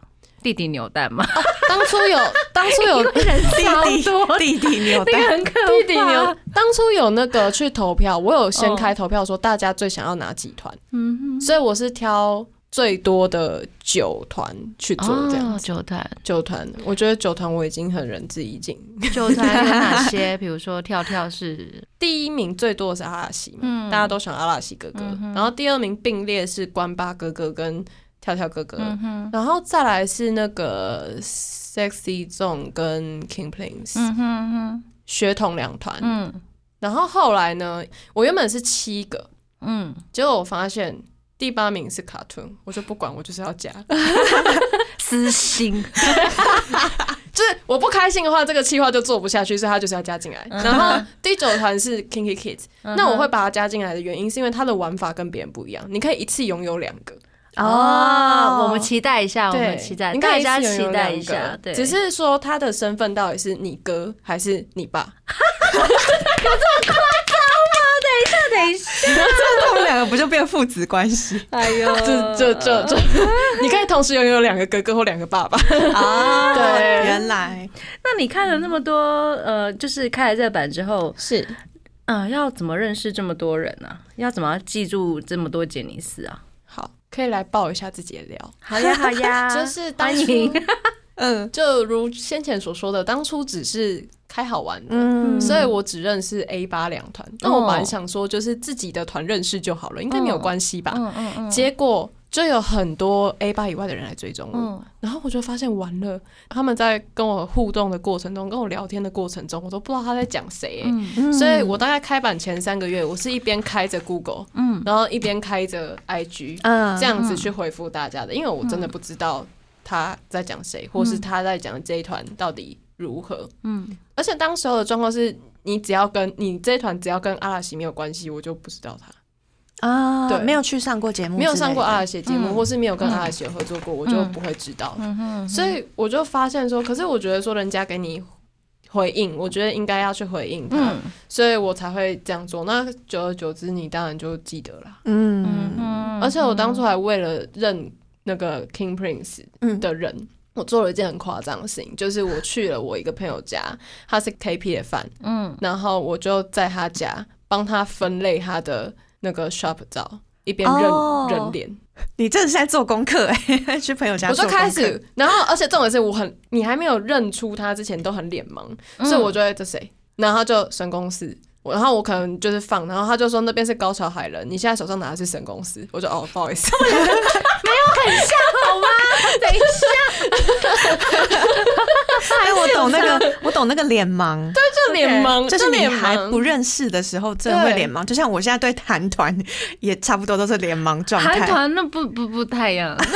S2: 弟弟扭蛋吗？
S4: 当初有，当初 *laughs* 有
S3: 弟
S2: 超多
S3: 弟弟弟扭蛋，
S2: 很可怕
S4: 弟弟牛，当初有那个去投票，我有先开投票说大家最想要哪几团，
S2: 嗯，
S4: 所以我是挑最多的九团去做这样
S2: 哦，
S4: 子。
S2: 九团
S4: 九团，我觉得九团我已经很仁至义尽。 *laughs*
S2: 九团有哪些？比如说跳跳是，
S4: 第一名最多的是阿拉西嘛，
S2: 嗯
S4: 大家都想阿拉西哥哥，然后第二名并列是关巴哥哥跟跳跳哥哥，
S2: 哼，
S4: 然后再来是那个 Sexy Zone 跟 King Plains、
S2: 嗯哼哼，
S4: 血统两团，
S2: 嗯
S4: 然后后来呢，我原本是七个，
S2: 嗯，
S4: 结果我发现第八名是卡顿，我就不管，我就是要加。
S2: 私
S3: *laughs*
S2: 心，
S4: 就是我不开心的话，这个计划就做不下去，所以他就是要加进
S2: 嗯
S4: 来。然后第九团是 Kinky Kids，、那我会把它加进来的原因是因为它的玩法跟别人不一样，你可以一次拥有两个。
S2: 哦，我们期待一下，我
S4: 对，
S2: 们期待，
S4: 你可
S2: 大
S4: 以一
S2: 家
S4: 次
S2: 期
S4: 拥有
S2: 待
S4: 两
S2: 一下
S4: 个，
S2: 对，
S4: 只是说他的身份到底是你哥还是你爸？
S2: *laughs* 等一下，
S3: 他们两个不就变父子关系？
S2: 哎 *laughs* 呦，
S4: 这这这
S2: *laughs*
S4: 这，你可以同时拥有两个哥哥或两个爸爸。
S3: 啊，
S4: 对
S3: 原来
S2: 那你看了那么多，呃，就是开了这版之后，
S4: 是
S2: 嗯、要怎么认识这么多人呢、啊？要怎么记住这么多杰尼斯啊？
S4: 好，可以来爆一下自己的料。
S2: 好呀，好 *laughs* 呀
S4: 就是当
S2: 啊欢
S4: 初
S2: 迎。 *laughs*
S4: 嗯，就如先前所说的，当初只是开好玩的，
S3: 嗯
S4: 所以我只认识 A 八两团。那我本来想说，就是自己的团认识就好了，应该没有关系吧。
S2: 哦嗯嗯嗯，
S4: 结果就有很多 A 八以外的人来追踪我，
S2: 嗯
S4: 然后我就发现完了，他们在跟我互动的过程中，跟我聊天的过程中，我都不知道他在讲谁、欸
S2: 嗯
S4: 所以我大概开版前三个月，我是一边开着 Google，
S2: 嗯
S4: 然后一边开着 IG，、
S3: 嗯
S4: 这样子去回复大家的，因为我真的不知道他在讲谁，或是他在讲这一团到底如何。
S2: 嗯，
S4: 而且当时候的状况是，你只要跟你这一团只要跟阿拉西没有关系，我就不知道他。
S3: 啊，
S4: 对
S3: 没有去上过节目之类的，
S4: 没有上过啊阿拉写节目，
S2: 嗯
S4: 或是没有跟阿拉写合作过，我就不会知道。所以我就发现说，可是我觉得说人家给你回应，我觉得应该要去回应他，
S2: 嗯
S4: 所以我才会这样做。那久而久之，你当然就记得啦。
S3: 嗯
S2: 嗯
S4: 而且我当初还为了认那个 King Prince
S3: 嗯
S4: 的人。我做了一件很夸张的事情，就是我去了我一个朋友家，他是 KP 的饭，
S2: 嗯
S4: 然后我就在他家帮他分类他的那个 shop 照，一边认、
S3: 哦
S4: 认脸，
S3: 你这是在做功课哎， *laughs* 去朋友家
S4: 我
S3: 做
S4: 就
S3: 功课，
S4: 开始，然后而且重点是我很，你还没有认出他之前都很脸盲，
S3: 嗯
S4: 所以我就会这谁，然后他就神公司。我然后我可能就是放，然后他就说那边是高桥海人，你现在手上拿的是神公司，我就哦不好意思， *laughs*
S2: 等一下，
S3: 哎，我懂那个，我懂那个脸盲，对，
S4: 这脸盲，
S3: 就是你
S4: 脸
S3: 还不
S4: 盲，
S3: 认识的时候，真的会
S4: 对
S3: 脸盲。就像我现在对韩团 *laughs* 也差不多都是脸盲状
S2: 韩
S3: 态。
S2: 团那不不不太一样，
S4: 是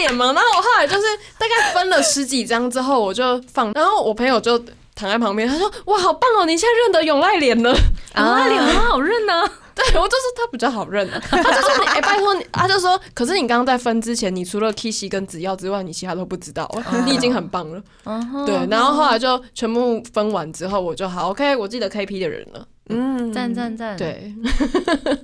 S4: 脸盲。然后我后来就是大概分了十几张之后，我就放，然后我朋友就躺在旁边，他说哇好棒哦，你现在认得永濑脸了。 *laughs*
S2: 啊，脸很好认呢。
S4: 对我就说他比较好认、啊， *laughs* 他就说你哎、拜托你，他就说，可是你刚刚在分之前，你除了 Kishi 跟紫耀之外，你其他都不知道， *laughs* 你已经很棒了。
S2: 哦
S4: 对，然后后来就全部分完之后，我就好 OK，我记得 KP 的人了。
S3: 嗯，
S2: 赞赞赞，，
S4: 对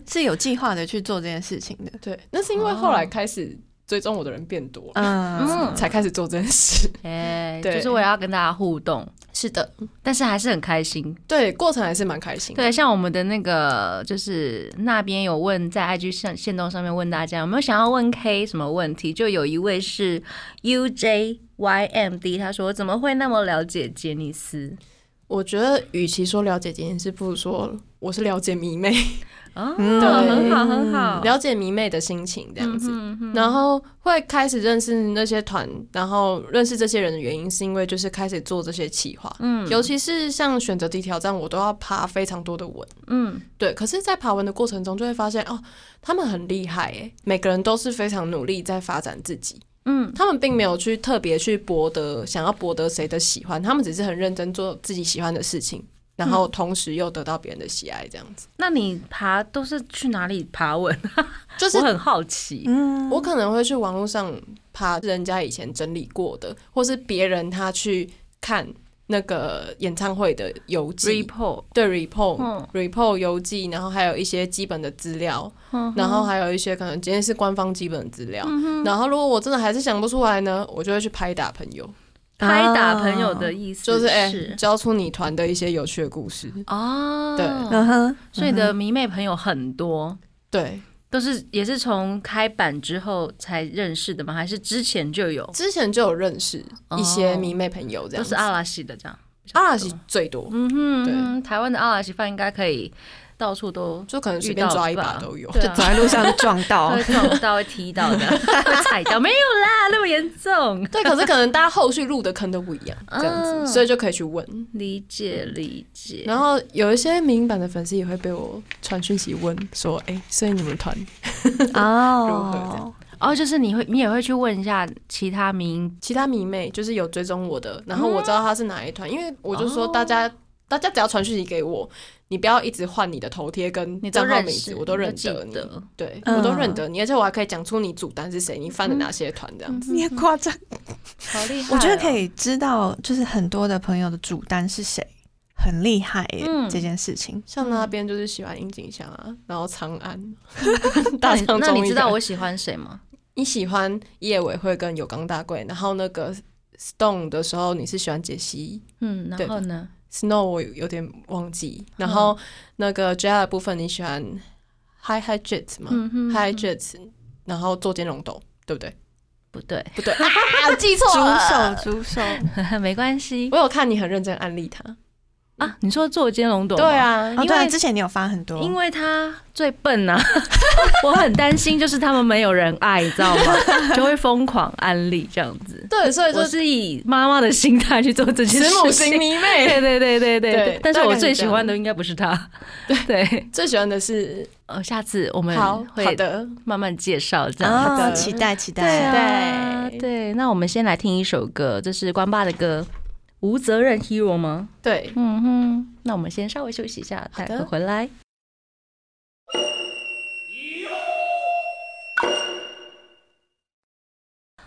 S3: 是有计划的去做这件事情的。
S4: 对，那是因为后来开始追踪我的人变多，
S3: 嗯，
S2: 嗯，
S4: 才开始做这件事。 *laughs*
S2: 哎，
S4: 对
S2: 就是为了要跟大家互动，
S4: 是的，
S2: 但是还是很开心。
S4: 对，过程还是蛮开心的。
S2: 对，像我们的那个就是那边有问在 IG 上线动上面问大家有没有想要问 K 什么问题，就有一位是 UJYMD，他说怎么会那么了解杰尼斯？
S4: 我觉得与其说了解这件事，不如说我是了解迷妹。
S2: 哦，
S4: 对
S2: 很好很好，
S4: 了解迷妹的心情这样子，
S2: 嗯
S4: 然后会开始认识那些团，然后认识这些人的原因是因为就是开始做这些企划，
S2: 嗯
S4: 尤其是像选择题挑战，我都要爬非常多的文，
S2: 嗯
S4: 对，可是，在爬文的过程中就会发现哦，他们很厉害诶，每个人都是非常努力在发展自己，
S2: 嗯
S4: 他们并没有去特别去博得想要博得谁的喜欢，他们只是很认真做自己喜欢的事情，然后
S2: 嗯
S4: 同时又得到别人的喜爱，这样子，
S2: 那你爬都是去哪里爬文？
S4: 就是
S2: 我很好奇。
S4: 我可能会去网络上爬人家以前整理过的，或是别人他去看那个演唱会的游记，
S2: report，
S4: 对 report、
S2: 嗯
S4: report 游记，然后还有一些基本的资料，
S2: 嗯
S4: 然后还有一些可能今天是官方基本的资料。然后如果我真的还是想不出来呢，我就会去拍打朋友，
S2: 拍打朋友的意思
S4: 就是哎、
S2: 啊是
S4: 交出你团的一些有趣的故事。
S2: 哦，
S4: 对
S3: 嗯哼，
S2: 所以你的迷妹朋友很多，
S4: 对，
S2: 都是也是从开版之后才认识的吗？还是之前就有？
S4: 之前就有认识一些迷妹朋友，这
S2: 哦都
S4: 样
S2: 是
S4: 子。
S2: 阿拉西的这样。
S4: 阿拉西最多，
S2: 嗯哼，
S4: 对
S2: 嗯台湾的阿拉西饭应该可以到处都
S4: 就可能随便
S2: 遇到
S4: 抓一把
S2: 吧
S4: 都有。
S2: 对
S3: 走
S2: 啊。
S3: 在路上撞到
S2: 会，撞到，会踢
S4: *laughs*
S2: 到的，会踩到，没有啦，那么严重。
S4: 对，可是可能大家后续入的坑都不一
S2: *laughs*
S4: 样，这样子，
S2: 嗯
S4: 所以就可以去问。
S2: 理解理解。
S4: 然后有一些民版的粉丝也会被我传讯息问说，哎、所以你们团
S3: 哦，
S2: 哦，就是你会，你也会去问一下其他名，
S4: 其他迷妹就是有追踪我的，然后我知道他是哪一团，因为我就说
S2: 哦
S4: 大家、大家只要传讯息给我，你不要一直换你的头贴跟
S2: 你都
S4: 账号
S2: 认
S4: 名
S2: 识，
S4: 字，我都认
S2: 你都
S4: 得
S2: 记
S4: 你，
S2: 得。
S4: 对、
S3: 嗯
S4: 我都认得你，而且我还可以讲出你主单是谁，你犯的哪些团这样
S2: 嗯
S4: 子，
S3: *laughs* 你也夸张。
S2: 好厉害哦
S3: 我觉得可
S4: 哦
S3: 以知道，就是很多的朋友的主单是谁，很厉害耶
S2: 嗯
S3: 这件事情。
S4: 像那边就是喜欢樱井香啊，然后长安，
S2: *laughs* 那
S4: *laughs* 大
S2: 你
S4: 长
S2: 那你
S4: 终于
S2: 知道
S4: 敢
S2: 我喜欢谁吗？
S4: 你喜欢叶委会跟有冈大贵，然后那个 Stone 的时候你是喜欢杰西，
S2: 嗯，然后呢？
S4: Snow 我有点忘记，然后那个 J R 的部分你喜欢 High High Jets 吗、
S2: 嗯哼
S4: h i g h Jets，然后做兼容斗，对不对？
S2: 不对， *laughs*
S4: 不对， *laughs* 啊，记错了。
S3: 主手主手，
S2: 没关系
S4: 我有看你很认真安利他，
S2: 啊。你说做兼容朵吗？
S4: 对啊，
S3: 哦
S2: 嗯因
S3: 对啊，
S2: 为
S3: 之前你有发很多，
S2: 因为他最笨呐、啊， *laughs* 我很担心，就是他们没有人爱，你知道吗？就会疯狂安利这样子。
S4: 对，所以就
S2: 我是以妈妈的心态去做这件事
S4: 慈母心
S2: 情。*laughs*
S4: 迷妹，
S2: 对对对对对对
S4: 对，
S2: 但是
S4: 大概
S2: 我
S4: 是
S2: 最
S4: 这
S2: 喜
S4: 样
S2: 欢的应该不是他。对 *laughs* 对，
S4: 最喜欢的是
S2: 呃，下次我们
S4: 好好
S2: 会
S4: 的，
S2: 慢慢介绍这样。
S3: 啊，
S4: 的
S3: 期待期
S2: 哦对
S3: 待，
S2: 啊对，那我们先来听一首歌，这是关爸的歌《无责任 Hero》吗？
S4: 对，
S2: 嗯哼，那我们先稍微休息一下，待
S4: 的
S2: 会回来。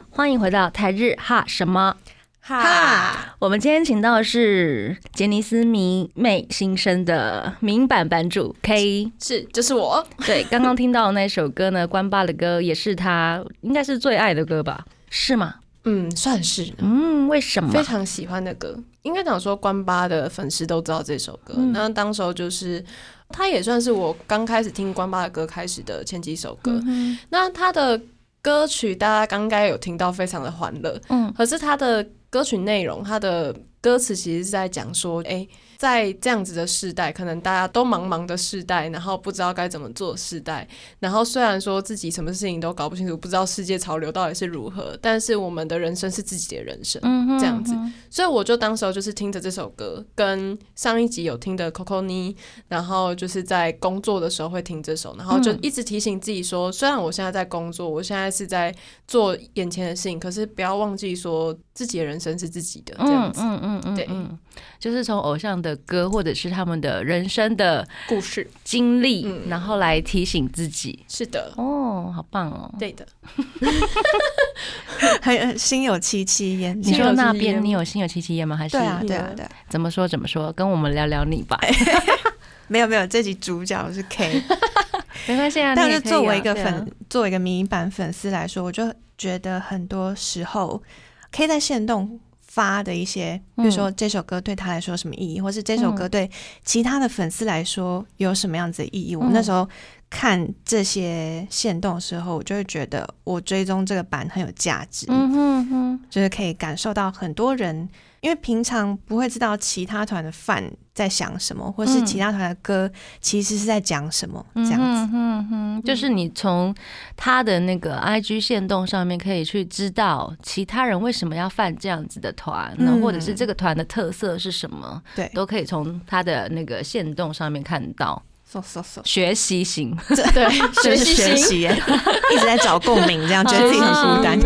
S2: 欢迎回到台日哈什么？
S3: 哈， *laughs*
S2: 我们今天请到的是杰尼斯迷妹新生的民版版主
S4: *laughs*
S2: K。
S4: 是就是我，
S2: 对，刚刚听到的那首歌呢，关爸的歌也是他应该是最爱的歌吧？是吗？
S4: 嗯，算是
S2: 嗯，为什么？
S4: 非常喜欢的歌。应该讲说，关八的粉丝都知道这首歌。
S2: 嗯
S4: 那当时候就是，它也算是我刚开始听关八的歌开始的前几首歌。
S2: 嗯
S4: 那它的歌曲大家刚刚有听到，非常的欢乐。
S2: 嗯
S4: 可是它的歌曲内容，它的歌词其实是在讲说，哎、在这样子的世代，可能大家都茫茫的世代，然后不知道该怎么做的世代，然后虽然说自己什么事情都搞不清楚，不知道世界潮流到底是如何，但是我们的人生是自己的人生。
S2: 嗯哼
S4: 这样子
S2: 嗯哼
S4: 所以我就当时候就是听着这首歌，跟上一集有听的 Coco Ni，然后就是在工作的时候会听这首，然后就
S2: 嗯
S4: 一直提醒自己说，虽然我现在在工作，我现在是在做眼前的事情，可是不要忘记说自己的人生是自己的这样子、
S2: 嗯嗯嗯嗯，
S4: 对
S2: 嗯，就是从偶像的歌或者是他们的人生的
S4: 故事。
S2: 经历，
S4: 嗯
S2: 然后来提醒自己。
S4: 是的，
S2: 哦，好棒哦！
S4: 对的，
S3: 很心有戚戚焉。
S2: 你
S4: 心
S2: 说
S4: 有戚戚
S2: 那
S4: 焉
S2: 边
S4: 吗
S2: 你有心有戚戚嗯焉吗？还是
S3: 对啊，哎对啊，对啊，
S2: 怎么说怎么说？跟我们聊聊你吧，
S3: 没有没有，这集主角是 K，
S2: 没关系啊。
S3: 但
S2: 你也
S3: 是
S2: 可以
S3: 作为
S2: 啊
S3: 一个
S2: 对啊
S3: 粉，作为一个迷版粉丝来说，我就觉得很多时候可以在线动发的一些，比如
S2: 嗯
S3: 说这首歌对他来说有什么意义，或是这首歌对其他的粉丝来说有什么样子的意义。我
S2: 嗯
S3: 们那时候看这些线动的时候，我就会觉得我追踪这个版很有价值，
S2: 嗯哼哼，
S3: 就是可以感受到很多人，因为平常不会知道其他团的饭在想什么，或是
S2: 嗯
S3: 其他团的歌其实是在讲什么，这样子。嗯
S2: 嗯哼哼，就是你从他的那个 IG 线动上面可以去知道其他人为什么要犯这样子的团，啊那、
S3: 嗯
S2: 或者是这个团的特色是什么，
S3: 对，
S2: 都可以从他的那个线动上面看到。
S3: 嗖嗖嗖，
S2: 学习型，
S4: 对，
S3: 就是
S4: 习
S3: 学
S4: 心，
S3: 习耶， *laughs* 一直在找共鸣，这样觉得自己很孤单。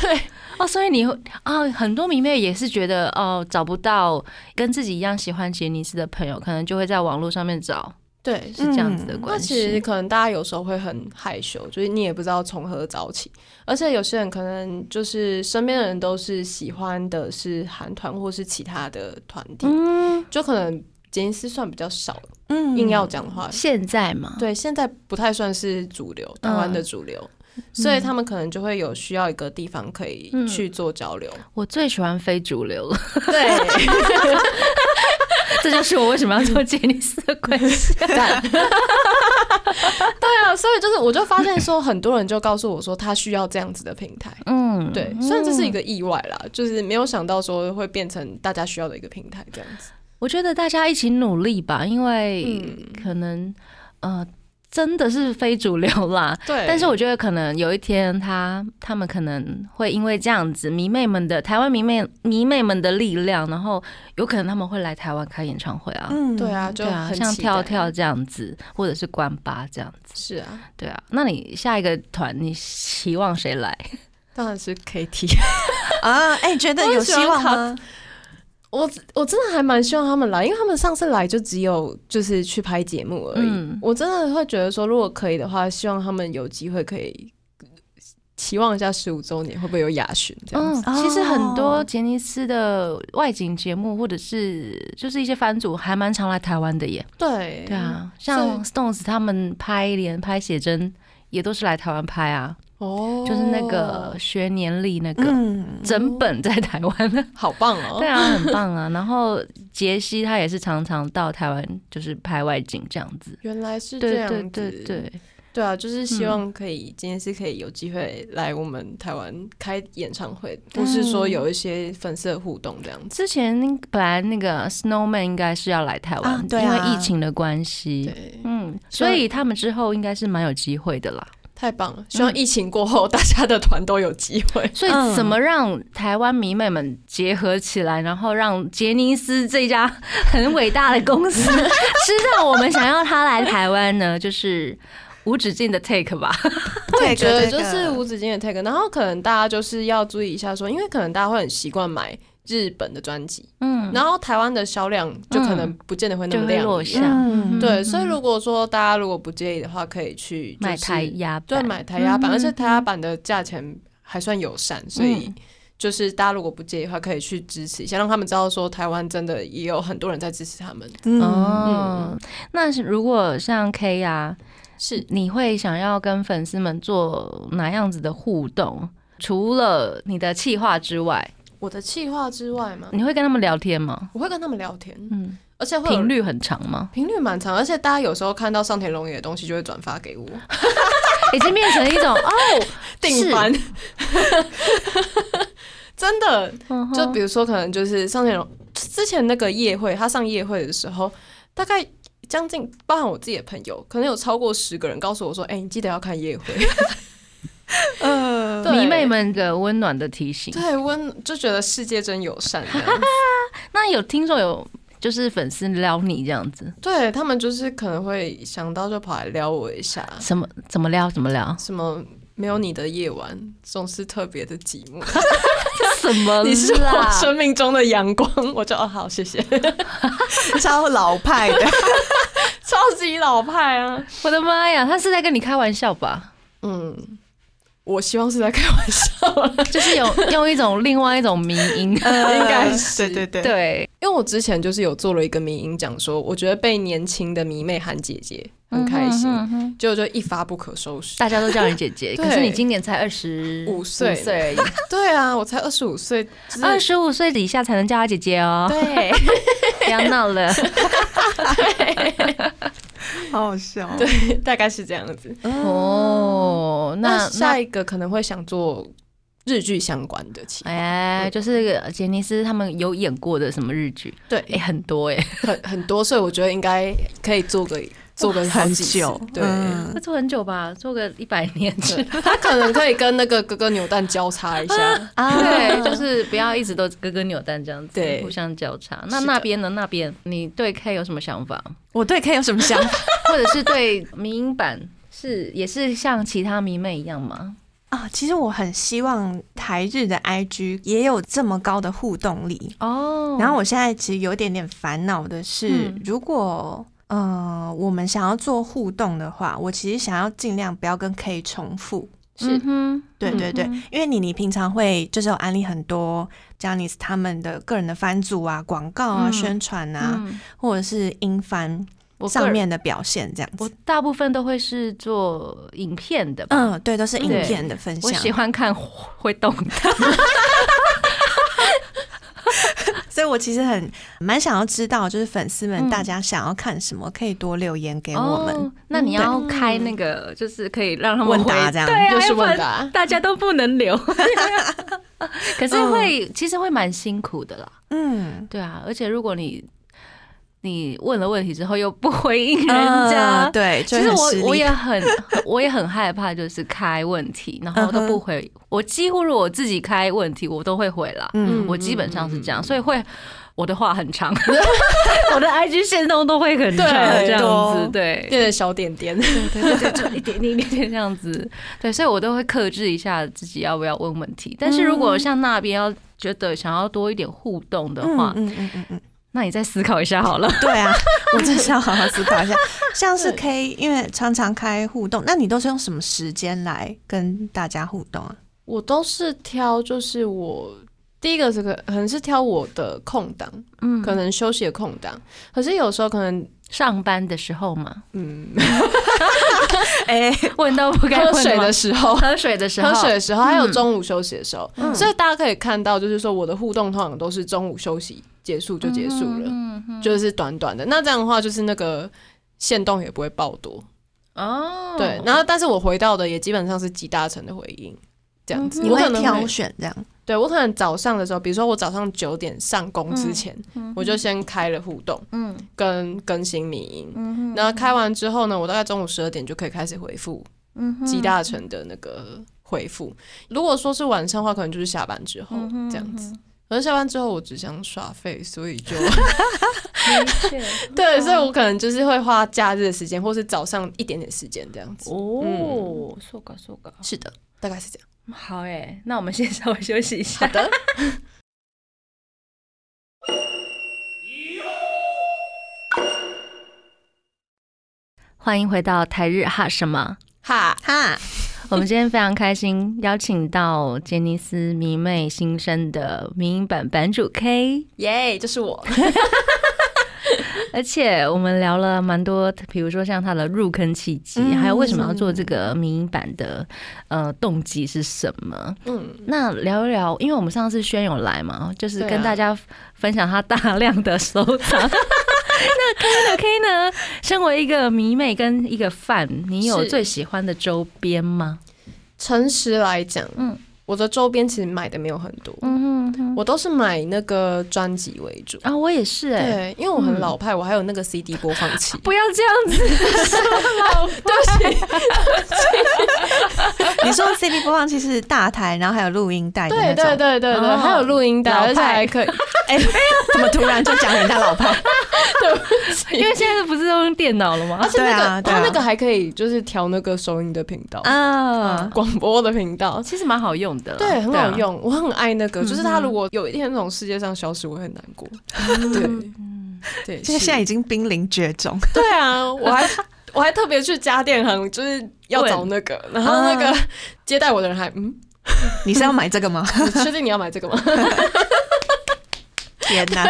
S4: 对，
S2: 哦，所以你会啊、很多迷妹也是觉得哦，找不到跟自己一样喜欢杰尼斯的朋友，可能就会在网络上面找，
S4: 对。
S2: 是这样子的
S3: 嗯
S4: 那
S2: 关
S4: 其实
S2: 系。
S4: 可能大家有时候会很害羞，就是你也不知道从何找起，而且有些人可能就是身边的人都是喜欢的是韩团或是其他的团体，
S2: 嗯，
S4: 就可能杰尼斯算比较少，
S3: 嗯
S4: 硬要讲的话，
S2: 现在嘛，
S4: 对，现在不太算是主流，台湾的主流，所以他们可能就会有需要一个地方可以
S2: 嗯
S4: 去做交流。
S2: 我最喜欢非主流了，
S4: 对，
S2: *laughs* 这就是我为什么要做杰尼斯的关
S4: *laughs*
S2: 系。
S4: 对啊，所以就是我就发 *laughs* 现说，很多人就告诉我说，他需要这样子的平台。
S2: 嗯，
S4: 对，虽然这是一个意外啦，就是没有想到说会变成大家需要的一个平台这样子。
S2: 我觉得大家一起努力吧，因为
S4: 嗯，
S2: 可能、呃，真的是非主流啦，
S4: 对。
S2: 但是我觉得可能有一天他他们可能会因为这样子迷妹们的台湾迷妹迷妹们的力量，然后有可能他们会来台湾开演唱会啊，
S3: 嗯
S4: 对，啊，就
S2: 对啊，
S4: 很
S2: 像
S4: 期待
S2: 跳跳这样子，或者是关八这样子，
S4: 是啊，
S2: 对啊。那你下一个团你期望谁来？
S4: 当然是 KT。
S3: 啊，哎，觉得有希望吗？
S4: 我我真的还蛮希望他们来，因为他们上次来就只有就是去拍节目而已。
S2: 嗯
S4: 我真的会觉得说，如果可以的话，希望他们有机会可以期望一下十五周年会不会有亚巡这样子。
S2: 嗯，其实很多
S3: 哦
S2: 杰尼斯的外景节目或者是就是一些番组还蛮常来台湾的耶。
S4: 对
S2: 对，啊，
S4: 所以
S2: 像 Stones 他们拍连拍写真也都是来台湾拍啊。
S4: 哦，
S2: 就是那个学年历那个。
S3: 嗯，
S2: 整本在台湾的，
S4: 好棒哦，
S2: 对啊，很棒啊。然后杰西他也是常常到台湾，就是拍外景这样子。
S4: 原来是这
S2: 对
S4: 样
S2: 对
S4: 子，
S2: 对对，
S4: 对啊，就是希
S2: 嗯
S4: 望可以、今天是可以有机会来我们台湾开演唱会，
S2: 嗯
S4: 或是说有一些粉丝的互动这样子。
S2: 之前本来那个 Snowman 应该是要来台湾，
S3: 啊对啊
S2: 因为疫情的关系。
S4: 哦对，
S2: 嗯，
S4: 希望
S2: 所以他们之后应该是蛮有机会的啦。
S4: 太棒了！希望疫情过后，大家的团都有机 *laughs* 会。
S2: 所以
S3: 嗯
S2: 怎么让台湾迷妹们结合起来，然后让杰尼斯这家很伟大的公 *laughs* 司知道我们想要他来台湾呢？就是无止境的 take 吧。
S3: 我
S4: 我觉得就是无止境的 take，然后可能大家就是要注意一下说因为可能大家会很习惯买日本的专辑，
S2: 嗯，
S4: 然后台湾的销量就可能不见得会那
S2: 就
S4: 么
S2: 会
S4: 亮
S2: 落
S4: 眼。
S2: 下。
S3: 嗯
S4: 对，所以如果说大家如果不介意的话，可以去、就是、
S2: 买台压
S4: 对，
S2: 版，
S4: 买台压版，
S2: 嗯
S4: 而且台压版的价钱还算友善，所以就是大家如果不介意的话，可以去支持一下，让他们知道说台湾真的也有很多人在支持他们。
S3: 嗯，
S2: 哦，那是如果像 K 啊，
S4: 是
S2: 你会想要跟粉丝们做哪样子的互动？除了你的企划之外，
S4: 我的计划之外嘛，
S2: 你会跟他们聊天吗？
S4: 我会跟他们聊天，
S2: 嗯，
S4: 而且会有？
S2: 频率很长吗
S4: 频率蛮长，而且大家有时候看到上田龙也的东西就会转发
S2: *laughs*
S4: 给我，
S2: 已经变成一种哦，
S4: 定
S2: *laughs*
S4: 番。真的，
S2: 嗯哼
S4: 就比如说，可能就是上田龙之前那个夜会，他上夜会的时候，大概将近包含我自己的朋友，可能有超过十个人告诉我说：“哎、你记得要看夜会。
S3: 呃，
S4: 对
S2: 迷妹们的温暖的提”醒。
S4: 对，温就觉得世界真友善这样子。 *laughs*
S2: 那有听众有就是粉丝撩你这样子，
S4: 对他们就是可能会想到就跑来撩我一下，，
S2: 什么怎么撩怎么撩
S4: 什么没有你的夜晚总是特别的寂寞。
S2: *laughs* 什么
S4: 你是
S2: 啦
S4: 我生命中的阳光，我就哦好，谢谢，
S3: 超老派的，
S4: 超级老派啊。
S2: 我的妈哎呀，他是在跟你开玩笑 *laughs* 吧？
S4: 嗯，我希望是在开玩笑啦，
S2: *laughs* 就是有用一种另外一种迷音， *laughs*
S4: 应该是
S3: *laughs* 对对对，
S2: 对，
S4: 因为我之前就是有做了一个迷音讲说，我觉得被年轻的迷妹喊姐姐很开心，
S2: 嗯哼嗯哼
S4: 结果就一发不可收拾。
S2: 大家都叫你姐姐，
S4: 对
S2: 可是你今年才二十
S4: 五岁
S2: 岁而 *laughs* 已，
S4: 对啊，我才二十五岁，就是
S2: 二十五岁以下才能叫她姐姐哦，
S4: 对
S2: *laughs* 不要闹 *laughs* 了。
S3: 好好笑。哦
S4: 对，大概是这样子。
S2: 哦，嗯那
S4: 那下一个可能会想做日剧相关的，其实
S2: 哎，就是杰尼斯他们有演过的什么日剧？
S4: 对
S2: 哎、很多哎、
S4: 很很多，所以我觉得应该可以做个做个好
S3: 很
S4: 几次
S3: 久，
S4: 对。
S3: 嗯。
S2: 会做很久吧，做个一百年之类
S4: 他可能可以跟那个哥哥扭蛋交叉一
S2: *laughs*
S4: 下
S2: 哎
S3: 啊
S2: 对，就是不要一直都哥哥扭蛋这样子，
S4: 对
S2: 互相交叉。那
S4: 是的
S2: 那边呢？那边你对 K 有什么想 *laughs* 法？
S3: 我对 K 有什么想法
S2: *laughs* 或者是对民音版是也是像其他迷妹一样吗？
S3: 啊？其实我很希望台日的 IG 也有这么高的互动力。
S2: 哦
S3: 然后我现在其实有一点点烦恼的是
S2: 嗯，
S3: 如果呃我们想要做互动的话，我其实想要尽量不要跟 K 重复。
S2: 嗯哼，
S3: 对对对，
S2: 嗯
S3: 因为你你平常会就是有安利很多 j a n i c e 他们的个人的番组啊、广告啊、
S2: 嗯
S3: 宣传
S2: 哼
S3: 啊，
S2: 嗯
S3: 或者是英番
S2: 我个
S3: 上
S2: 人
S3: 面的表现这样
S2: 我
S3: 子。
S2: 大部分都会是做影片的吧。
S3: 嗯，对，都是影
S2: 对
S3: 片的分
S2: 我
S3: 享，
S2: 喜欢看会动的，
S3: 所以我其实很蛮想要知道，就是粉丝
S2: 嗯
S3: 们大家想要看什么，可以多留言给我们。嗯
S2: 哦那你要开那个，就是可以让他们
S3: 问答
S2: 回
S3: 这样
S2: 对啊，
S4: 就是
S2: 要不然
S4: 问答
S2: 大家都不能
S3: *laughs*
S2: 留。可是会，其实会蛮辛苦的啦。
S3: 嗯，
S2: 对啊，而且如果你你问了问题之后又不回应人
S3: 啊，
S2: 家，
S3: 对，就
S2: 其实
S3: 是很实力
S2: 我我也很 *laughs* 我也很害怕，就是开问题，然
S3: 嗯
S2: 后都不回。我几乎如果我自己开问题，我都会回啦。
S3: 嗯
S2: 我基本上是这样，所以会我的话很
S3: *laughs*
S2: 长，我的 IG 线动都会很长，
S4: 对
S2: 这样
S3: 多
S2: 子，对。
S4: 变成小点点，
S2: 对对对，就一点点一点点这样子，对，所以我都会克制一下自己要不要问问题。但是如
S4: 嗯
S2: 果像那边要觉得想要多一点互动的话，
S3: 嗯嗯嗯嗯，嗯
S2: 那你再思考一下好了。
S3: 对啊， *laughs* 我真是要好好思考一下。像是 K，因为常常开互动，那你都是用什么时间来跟大家互动啊？
S4: 我都是挑，就是我第一个这个可能是挑我的空档，
S2: 嗯
S4: 可能休息的空档。可是有时候可能
S2: 上班的时候嘛，
S4: 嗯，
S3: 哎、
S2: 问到不该
S4: 喝
S2: 问
S4: 水
S2: 吗
S4: 的时候，
S2: 喝水的时候，
S4: 喝水的时候，还有
S2: 嗯
S4: 中午休息的时候，所以大家可以看到，就是说我的互动通常都是中午休息结束就结束了，
S2: 嗯嗯
S4: 就是短短的。那这样的话，就是那个线动也不会爆多，
S2: 哦，
S4: 对。然后，但是我回到的也基本上是集大成的回应，这样
S2: 嗯
S4: 子。
S3: 你
S4: 嗯我
S3: 会
S4: 可能
S3: 挑
S4: 会，
S3: 选这样，
S4: 对我可能早上的时候，比如说我早上九点上工之前，我就先开了互动
S2: 嗯
S4: 跟更新迷音。
S2: 嗯
S4: 然后开完之后呢，我大概中午十二点就可以开始回复
S2: 嗯
S4: 集大成的那个回复。如果说是晚上的话，可能就是下班之后
S2: 嗯
S4: 这样子。可是下班之后，我只想耍废，所以
S2: *laughs*
S4: 就对，
S2: 嗯
S4: 所以我可能就是会花假日的时间，或是早上一点点时间这样子。
S2: 哦，そうかそうか，
S4: 是的，大概是这样。
S2: 好哎，那我们先 *laughs* 稍微休息一下。好
S4: 的，
S2: *laughs* 欢迎回到台日哈什么？
S4: 哈，
S3: 哈，
S2: 我们今天非常开心，邀请到杰尼斯迷妹新生的民营版版主 K，
S4: 耶，就是我。 *laughs*
S2: 而且我们聊了蛮多，比如说像他的入坑契机，
S4: 嗯
S2: 还有为什么要做这个民营版的呃动机是什么。
S4: 嗯，
S2: 那聊一聊，因为我们上次轩有来嘛，就是
S4: 对啊
S2: 跟大家分享他大量的收 *laughs* 藏。那 K 呢？K 呢？身为一个迷妹跟一个饭，你有
S4: 是
S2: 最喜欢的周边吗？
S4: 诚实来讲，
S2: 嗯
S4: 嗯，我的周边其实买的没有很多，
S2: 嗯哼
S4: 我都是买那个专辑为主。
S2: 啊，我也是哎、
S4: 对，因为我很老派，我还有那个 CD 播放器。
S2: 不要这样 *laughs* 子，
S4: 对不起，
S3: *laughs* 你说 CD 播放器是大台，然后还有录音带的那
S4: 对
S3: 种，
S4: 对对对对，
S2: 哦
S4: 还有录音带，
S3: 老
S4: 而
S3: 派
S4: 且还可以。
S3: 哎、怎么突然就讲人家
S4: *laughs*
S3: 老派？
S2: 因为现在不是都用电脑了吗
S4: 而？且
S3: 对
S4: 那
S3: 啊
S4: 个
S3: 对啊
S4: 它那个还可以就是调那个收音的频道，嗯
S3: 哦
S2: 啊，
S4: 广播的频道。
S2: 其实蛮好用的啦，
S4: 对，很好
S2: 啊。
S4: 用，我很爱那个。就是它如果有一天从世界上消失，我会很难过。对，对，
S3: 现在
S4: 是
S3: 现在已经濒临绝种，
S4: 对啊，
S2: *laughs*
S4: 我还我还特别去家电行，就是要找那个，然后那个
S2: 嗯
S4: 接待我的人还嗯，
S3: 你是要买这
S4: *laughs*
S3: 个吗？
S4: 你确定你要买这
S2: *laughs*
S4: 个吗？
S3: 天哪！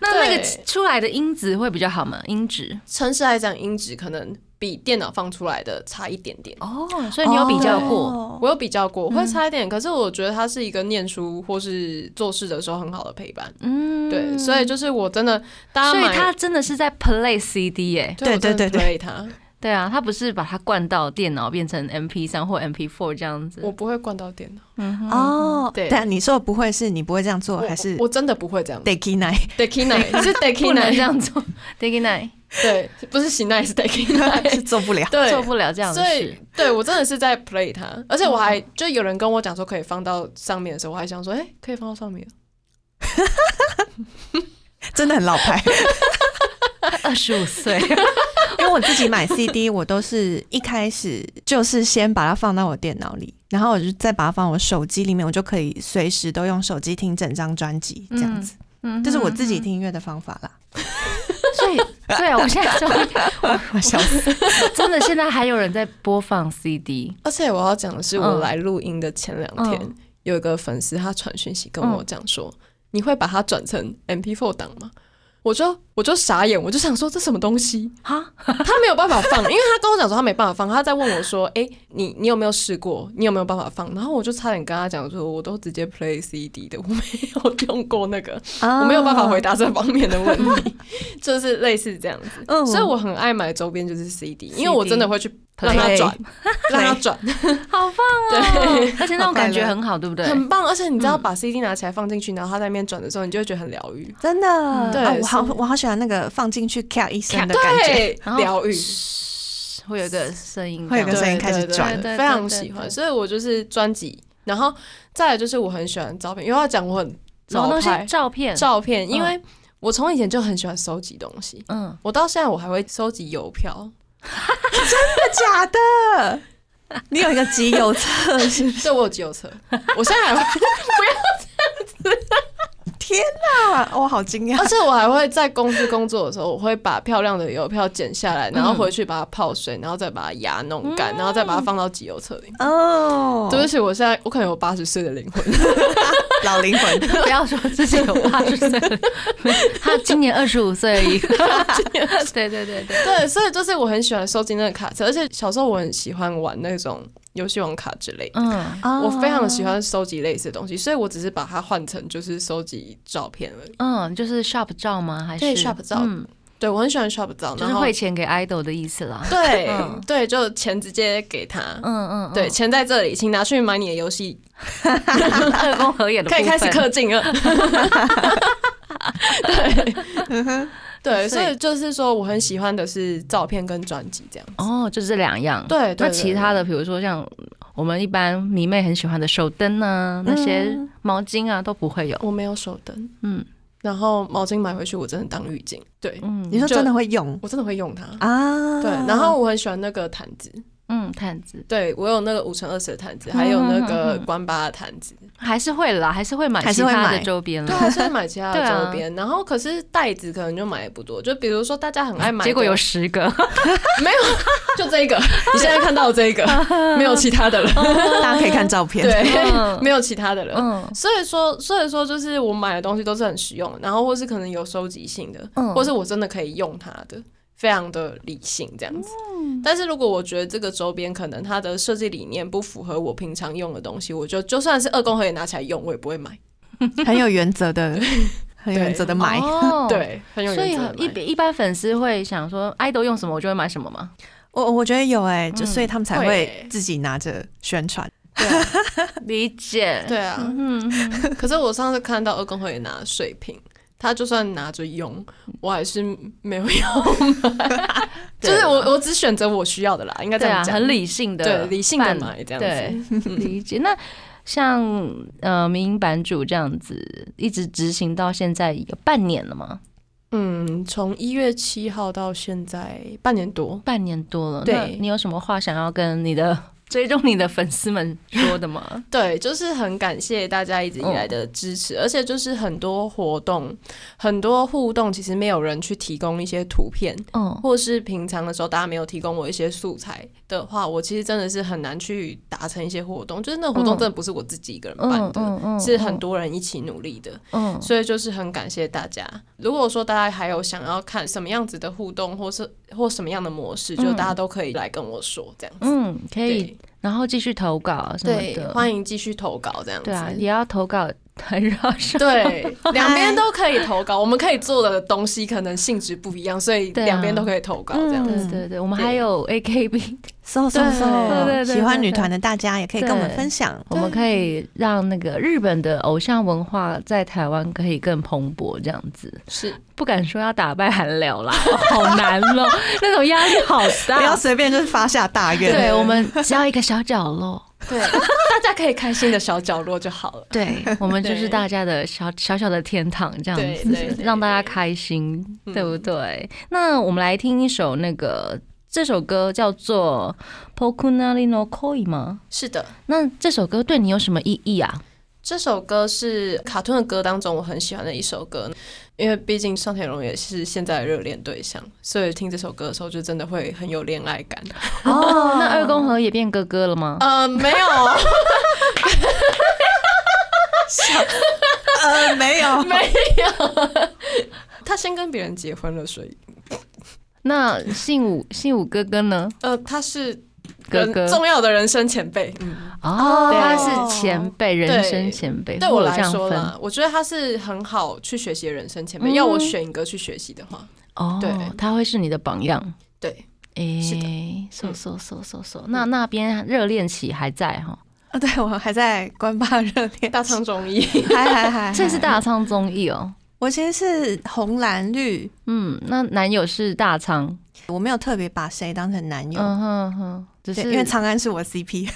S2: 那那个
S4: 对
S2: 出来的音质会比较好吗？音质
S4: 诚实来讲，音质可能比电脑放出来的差一点点。
S2: 哦，所以你有比较过，
S3: 哦
S4: 我有比较过，我会差一
S2: 嗯
S4: 点，可是我觉得它是一个念书或是做事的时候很好的陪伴。
S2: 嗯，
S4: 对，所以就是我真的，大
S2: 所
S4: 家
S2: 以
S4: 买
S2: 它真的是在 play CD 耶、
S4: 对我真的
S3: 对对对
S4: 推它，
S2: 对啊，它不是把它灌到电脑变成 MP 三或 MP four 这样子，
S4: 我不会灌到电脑，
S3: *laughs* 哦，
S4: 嗯对
S3: 但你说的不会是你不会这样做，
S4: 我
S3: 还是
S4: 我真的不会这样。
S3: 得 key
S4: *laughs*
S3: night？
S4: d e k i n
S2: *laughs*
S4: a 是 d e
S2: 嗯
S4: k i
S2: 不
S4: n
S2: 能这
S4: a
S2: 样做 d i g g i n
S4: 对，不是 s i n a 是 d e k i n
S2: *laughs*
S4: a
S3: 是做不了。
S4: 对，
S2: 做不了这样的
S4: 所
S2: 事
S4: 以。，对我真的是在 play *laughs* 它，而且我还就有人跟我讲说可以放到上面的时候，我还想说，哎、可以放到上面。
S3: 真的很老牌。
S2: 二十五岁，
S3: *laughs* 因为我自己买 CD，我都是一开始就是先把它放到我电脑里，然后我就再把它放我手机里面，我就可以随时都用手机听整张专辑这样子。
S2: *laughs* 嗯
S3: 这是我自己听音乐的方法
S4: *laughs*
S3: 啦。
S2: 所以对啊，我现在终于，
S3: 我笑死，
S2: 真的现在还有人在播放 CD，
S4: 而且我要讲的是，
S2: 嗯
S4: 我来录音的前两天，
S2: 嗯
S4: 有一个粉丝他传讯息跟我讲说，你会把它转成 MP4 档吗？我就我就傻眼，我就想说这什么东西
S2: 哈？
S4: 他没有办法放，因为他跟我讲说他没办法放，他在问我说，哎、你你有没有试过？哎你有没有办法放？然后我就差点跟他讲说，我都直接 play CD 的，我没有用过那个。我没有办法回答这方面的问题，就是类似这样子。
S3: 嗯
S4: 所以我很爱买周边，就是 CD，因为我真的会去让
S2: Play
S4: 它转， *laughs* 让它转，
S2: 好棒哦！而且那种感觉很好，对不对？
S4: 很棒。而且你知道，把 CD 拿起来放进去，然后它在那边转的时候，你就会觉得很疗愈，
S3: 真的。
S4: 嗯对
S3: 啊我好
S4: 是
S3: 我好喜欢那个放进去咔一声的感觉。
S4: 对
S2: 然，后
S4: 疗愈，
S2: 会有一个声音，
S3: 会有一个
S4: 对
S3: 声音开始
S4: 对对
S3: 转
S2: 对
S4: 对
S2: 对
S4: 非常
S2: 对
S4: 喜
S2: 对
S4: 欢。所以我就是专辑，然后再来就是我很喜欢照片，因为要讲我很
S2: 什么
S4: 老
S2: 东
S4: 派
S2: 西？照片？
S4: 照片，因
S2: 嗯
S4: 为我从以前就很喜欢收集东西，
S2: 嗯，
S4: 我到现在我还会收集邮票。
S3: 假的，你有一个集
S4: *laughs*
S3: 邮册是不是？
S4: 对我有机油车，我现在还会不要这样子。
S3: 天哪！哇，我好惊
S4: *laughs* 而
S3: 讶！
S4: 且我还会在公司工作的时候，我会把漂亮的邮票剪下来，然后回去把它泡水，然后再把它压弄干，然后再把它放到集邮册里。
S3: 哦，
S4: 对不起，我现在我可能有八十岁的灵魂，
S3: 老灵魂，
S2: 不要说自己有八十岁了，没他今年二十五岁而已。对对对对，
S4: 对，所以就是我很喜欢收集那个卡册，而且小时候我很喜欢玩那种游戏王卡之类的。
S2: 嗯，
S3: 哦
S4: 我非常的喜欢收集类似的东西，所以我只是把它换成就是收集照片而已。
S2: 嗯，就是 shop 照吗？还是
S4: 对，shop 照
S2: 嗯，
S4: 对我很喜欢 shop 照，
S2: 就
S4: 然
S2: 是
S4: 后
S2: 汇钱给 idol 的意思啦。
S4: 对、
S2: 嗯
S4: 对，就钱直接给他。
S2: 嗯嗯，
S4: 对，
S2: 嗯，
S4: 钱在这里，请拿去买你的游戏，
S2: 二宫和也的
S4: *laughs* 可以
S2: 部
S4: 开始
S2: 分
S4: 氪金
S2: *laughs*
S4: 了。对，
S2: 嗯
S4: 对，所以就是说，我很喜欢的是照片跟专辑这样。
S2: 哦，就这两样。
S4: 对，对
S2: 那其他的，比如说像我们一般迷妹很喜欢的手灯啊，那些
S4: 嗯
S2: 毛巾啊都不会有。
S4: 我没有手灯，
S2: 嗯
S4: 然后毛巾买回去我真的当浴巾，对
S2: 嗯
S3: 你说
S4: 就
S3: 真的会用
S4: 我真的会用它。
S3: 啊？
S4: 对，然后我很喜欢那个毯子，
S2: 嗯，毯子
S4: 对我有那个五乘二十的毯子，还有那
S2: 嗯
S4: 个关八的毯子，
S2: 还是会啦，还是会买
S3: 还
S2: 其
S3: 是会
S2: 他的
S3: 买
S2: 周边
S4: 对，
S2: 啦。
S4: 还是会买其他
S2: 对啊
S4: 的周边。然后可是袋子可能就买的不多，就比如说大家很爱买，
S2: 结果有十个，
S4: *laughs* 没有？就这一个， *laughs* 你现在看到这
S2: *laughs*
S4: 一个，没有其他的了，
S3: 大家可以看照片，
S4: 对，
S2: 嗯
S4: *laughs* 没有其他的了。
S2: 嗯
S4: 所以说，所以说，就是我买的东西都是很实用的，然后或是可能有收集性的，
S2: 嗯
S4: 或是我真的可以用它的，非常的理性这样子。
S2: 嗯
S4: 但是如果我觉得这个周边可能它的设计理念不符合我平常用的东西，我就就算是二宫和也拿起来用，我也不会买。
S3: 很有原则的，很有原则的买。
S2: 哦。
S4: *laughs* 对，很有
S2: 所以
S4: 原则的买
S2: 一一般粉丝会想说，爱豆用什么我就会买什么
S4: *laughs*
S2: 嘛。
S3: 我我觉得有哎，就
S2: 嗯
S3: 所以他们才
S4: 会
S3: 会
S4: 欸
S3: 自己拿着宣传。
S4: 对啊
S2: 理解。
S4: 对啊，
S2: 嗯，嗯，嗯
S4: 可是我上次看到二宫和也拿水瓶，他就算拿着用，我还是没有要买。
S2: *laughs*
S4: 就是我我只选择我需要的啦，应该这
S2: 啊对
S4: 样
S2: 啊，
S4: 讲。
S2: 很理性的，
S4: 对理性的买这样
S2: 子， *laughs* 对，理解。那像呃，民营版主这样子，一直执行到现在有半年了吗？
S4: 嗯，从一月七号到现在半年多，
S2: 半年多了。
S4: 对
S2: 那你有什么话想要跟你的 *laughs* 追踪你的粉丝们说的 *laughs* 吗？
S4: 对，就是很感谢大家一直以
S2: 嗯
S4: 来的支持，而且就是很多活动、很多互动，其实没有人去提供一些图片，
S2: 哦，
S4: 或是平常的时候大家没有提供我一些素材的话，我其实真的是很难去达成一些活动，就是那个活动
S2: 嗯
S4: 真的不是我自己一个人
S2: 嗯
S4: 办的，
S2: 嗯嗯，
S4: 是很多人一起努力的，
S2: 嗯，
S4: 所以就是很感谢大家。如果说大家还有想要看什么样子的互动，或是或什么样的模式，就大家都可以来跟我说这样子。
S2: 嗯，可以，
S4: 对
S2: 然后继续投稿什么
S4: 对，
S2: 的，
S4: 欢
S2: 迎。
S4: 迎继续投稿这样子。
S2: 对啊，也要投稿 *laughs* 台日哈
S4: *laughs*
S2: 什么。
S4: 对，两边都可以投稿，我们可以做的东西可能性质不一样，所以
S2: 对啊
S4: 两边都可以投稿这样子。
S2: 对对对，我们还有 AKB，
S3: 搜搜
S4: 对对
S2: 对对
S3: 搜！
S2: 对
S3: 喜欢女团的大家也可以跟我们
S2: 对
S3: 分享。
S2: *laughs* 我们可以让那个日本的偶像文化在台湾可以更蓬勃，这样子。
S4: 是，
S2: 不敢说要打败韩流啦， *laughs* 好难哦、 *laughs* 那种压力好
S3: 不要
S2: 大。
S3: 随便就是发下大愿。
S2: 对我们只要一个小角落，
S4: 对， *laughs* 大家可以开心的小角落就好了。 *laughs*
S2: 对我们就是
S4: 对
S2: 大家的小小小的天堂，这样
S4: 对对
S2: 子
S4: 对
S2: 让大家
S4: 对
S2: 开心，
S4: 嗯
S2: 对不对？那我们来听一首那个这首歌叫做《Pokunari no Koi》吗？
S4: 是的，
S2: 那这首歌对你有什么意义啊？
S4: 这首歌是卡通的歌当中我很喜欢的一首歌，因为毕竟上田荣也是现在的热恋对象，所以听这首歌的时候就真的会很有恋爱感。
S2: 哦，那二宫和也变哥哥了吗？
S4: 呃，没有，
S3: 呃，没有，
S4: 没有， *laughs* 他先跟别人结婚了，所以
S2: 那信武信武哥哥呢？
S4: 呃，他是
S2: 哥
S4: 人
S2: 哥
S4: 重要的人生前辈。嗯，
S2: 哦，
S4: 对
S2: 他是前辈，人生前辈，
S4: 对我
S2: 有这
S4: 来
S2: 样
S4: 说
S2: 分
S4: 啦，我觉得他是很好去学习的人生前辈。
S2: 嗯
S4: 要我选一个去学习的话，
S2: 哦，
S4: 对
S2: 他会是你的榜样。
S4: 对，是嗯
S2: 诶，嗖嗖嗖嗖嗖，那那边热恋期还在哈，
S3: 啊，对我还在关巴热恋， *laughs*
S4: 大仓
S2: *laughs*
S4: 中医。
S3: 还还
S4: 哎
S3: 还，
S2: 这是大仓综艺哦。
S3: *laughs* 我其实是红蓝绿，
S2: 嗯，那男友是大仓，
S3: 我没有特别把谁当成男友，
S2: 嗯哼哼，只
S3: 对，
S2: 是 *laughs*
S3: 因为长安是我 CP，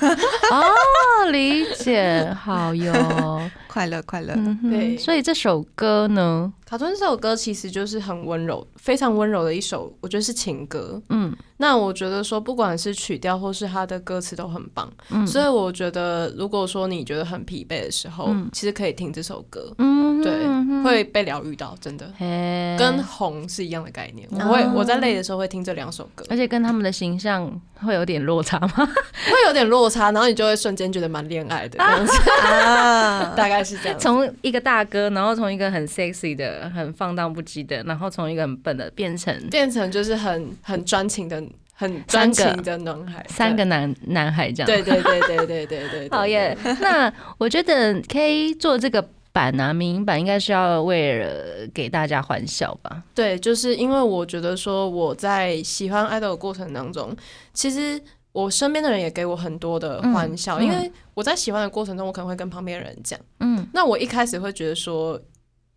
S2: 哦，理解，好哟。
S3: *laughs* 快乐快乐。
S2: 嗯哼
S4: 对
S2: 所以这首歌呢，
S4: 卡顿这首歌其实就是很温柔，非常温柔的一首，我觉得是情歌。
S2: 嗯
S4: 那我觉得说，不管是曲调或是它的歌词都很棒，
S2: 嗯
S4: 所以我觉得，如果说你觉得很疲惫的时候，
S2: 嗯
S4: 其实可以听这首歌，
S2: 嗯哼，
S4: 对
S2: 嗯哼，哎
S4: 会被疗愈到，真的。
S2: 嘿
S4: 跟红是一样的概念，我
S2: 哦
S4: 会我在累的时候会听这两首歌，
S2: 而且跟他们的形象会有点落差吗？ *laughs*
S4: 会有点落差，然后你就会瞬间觉得蛮恋爱的，这样子
S2: 嗯
S3: *laughs* 啊，
S4: 大概是这样。
S2: 从一个大哥，然后从一个很 sexy 的、很放荡不羁的，然后从一个很笨的变成
S4: 变成就是很很专情的、很
S2: 三
S4: 专
S2: 个
S4: 情的男孩，
S2: 三个男男孩这样。
S4: 对，对对对对对对对，对
S2: 好
S4: *laughs*
S2: 耶。。那我觉得 K 做这个版啊，民营版应该是要为了呃给大家欢笑吧？
S4: 对，就是因为我觉得说我在喜欢爱豆的过程当中，其实我身边的人也给我很多的欢笑，
S2: 嗯
S4: 因为我在喜欢的过程中，我可能会跟旁边的人讲，
S2: 嗯
S4: 那我一开始会觉得说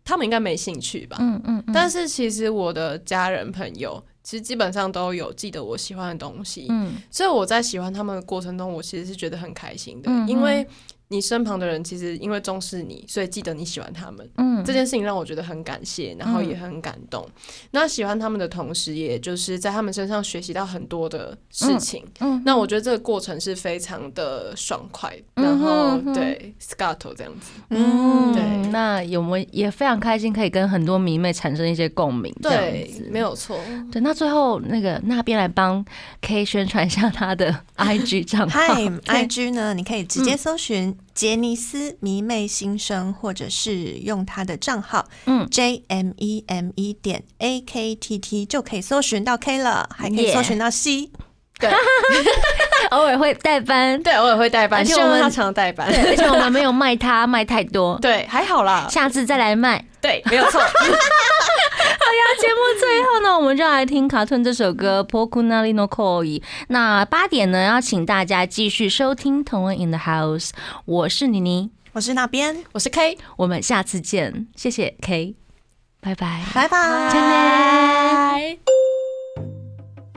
S4: 他们应该没兴趣吧，
S2: 嗯嗯。嗯
S4: 但是其实我的家人朋友。其实基本上都有记得我喜欢的东西，
S2: 嗯
S4: 所以我在喜欢他们的过程中，我其实是觉得很开心的，
S2: 嗯
S4: 因为你身旁的人其实因为重视你，所以记得你喜欢他们，
S2: 嗯，
S4: 这件事情让我觉得很感谢，然后也很感动。那喜欢他们的同时，也就是在他们身上学习到很多的事情。
S2: 嗯
S4: 那我觉得这个过程是非常的爽快，
S2: 嗯
S4: 然后、
S2: 嗯嗯
S4: 对 scato 这样子，
S2: 嗯，
S4: 对
S2: 那有没有也非常开心，可以跟很多迷妹产生一些共鸣，这样
S4: 对
S2: 子，
S4: 没有错。
S2: 对，那最后那个那边来帮 K 宣传一下他
S4: *laughs*
S2: 的 IG 账号。
S3: 嗨，IG
S2: *laughs*
S4: 哎
S3: 呢？你可以
S2: 嗯
S3: 直接搜寻杰尼斯迷妹新生，或者是用他的账号
S2: 嗯
S3: J M E M E 点 A K T T 就可以搜寻到 K 了，还可以
S2: Yeah
S3: 搜寻到 C。
S4: 对
S2: 偶尔会代班，
S4: 对，我也会代班，
S2: 而且
S4: 哎希望
S2: 我们
S4: 他常代班。
S2: 而且我们没有卖他，卖太多，
S4: 对，还好啦。
S2: 下次再来卖。
S4: 对，没有错。
S2: 节目最后呢，我们就来听卡顿这首歌《Pokunari no Koi》。那八点呢，要请大家继续收听《同文 in the House》，我是妮妮，
S3: 我是那边，
S4: 我是 K，
S2: 我们下次见，谢谢 K，拜拜。
S3: 拜拜，
S2: 再见。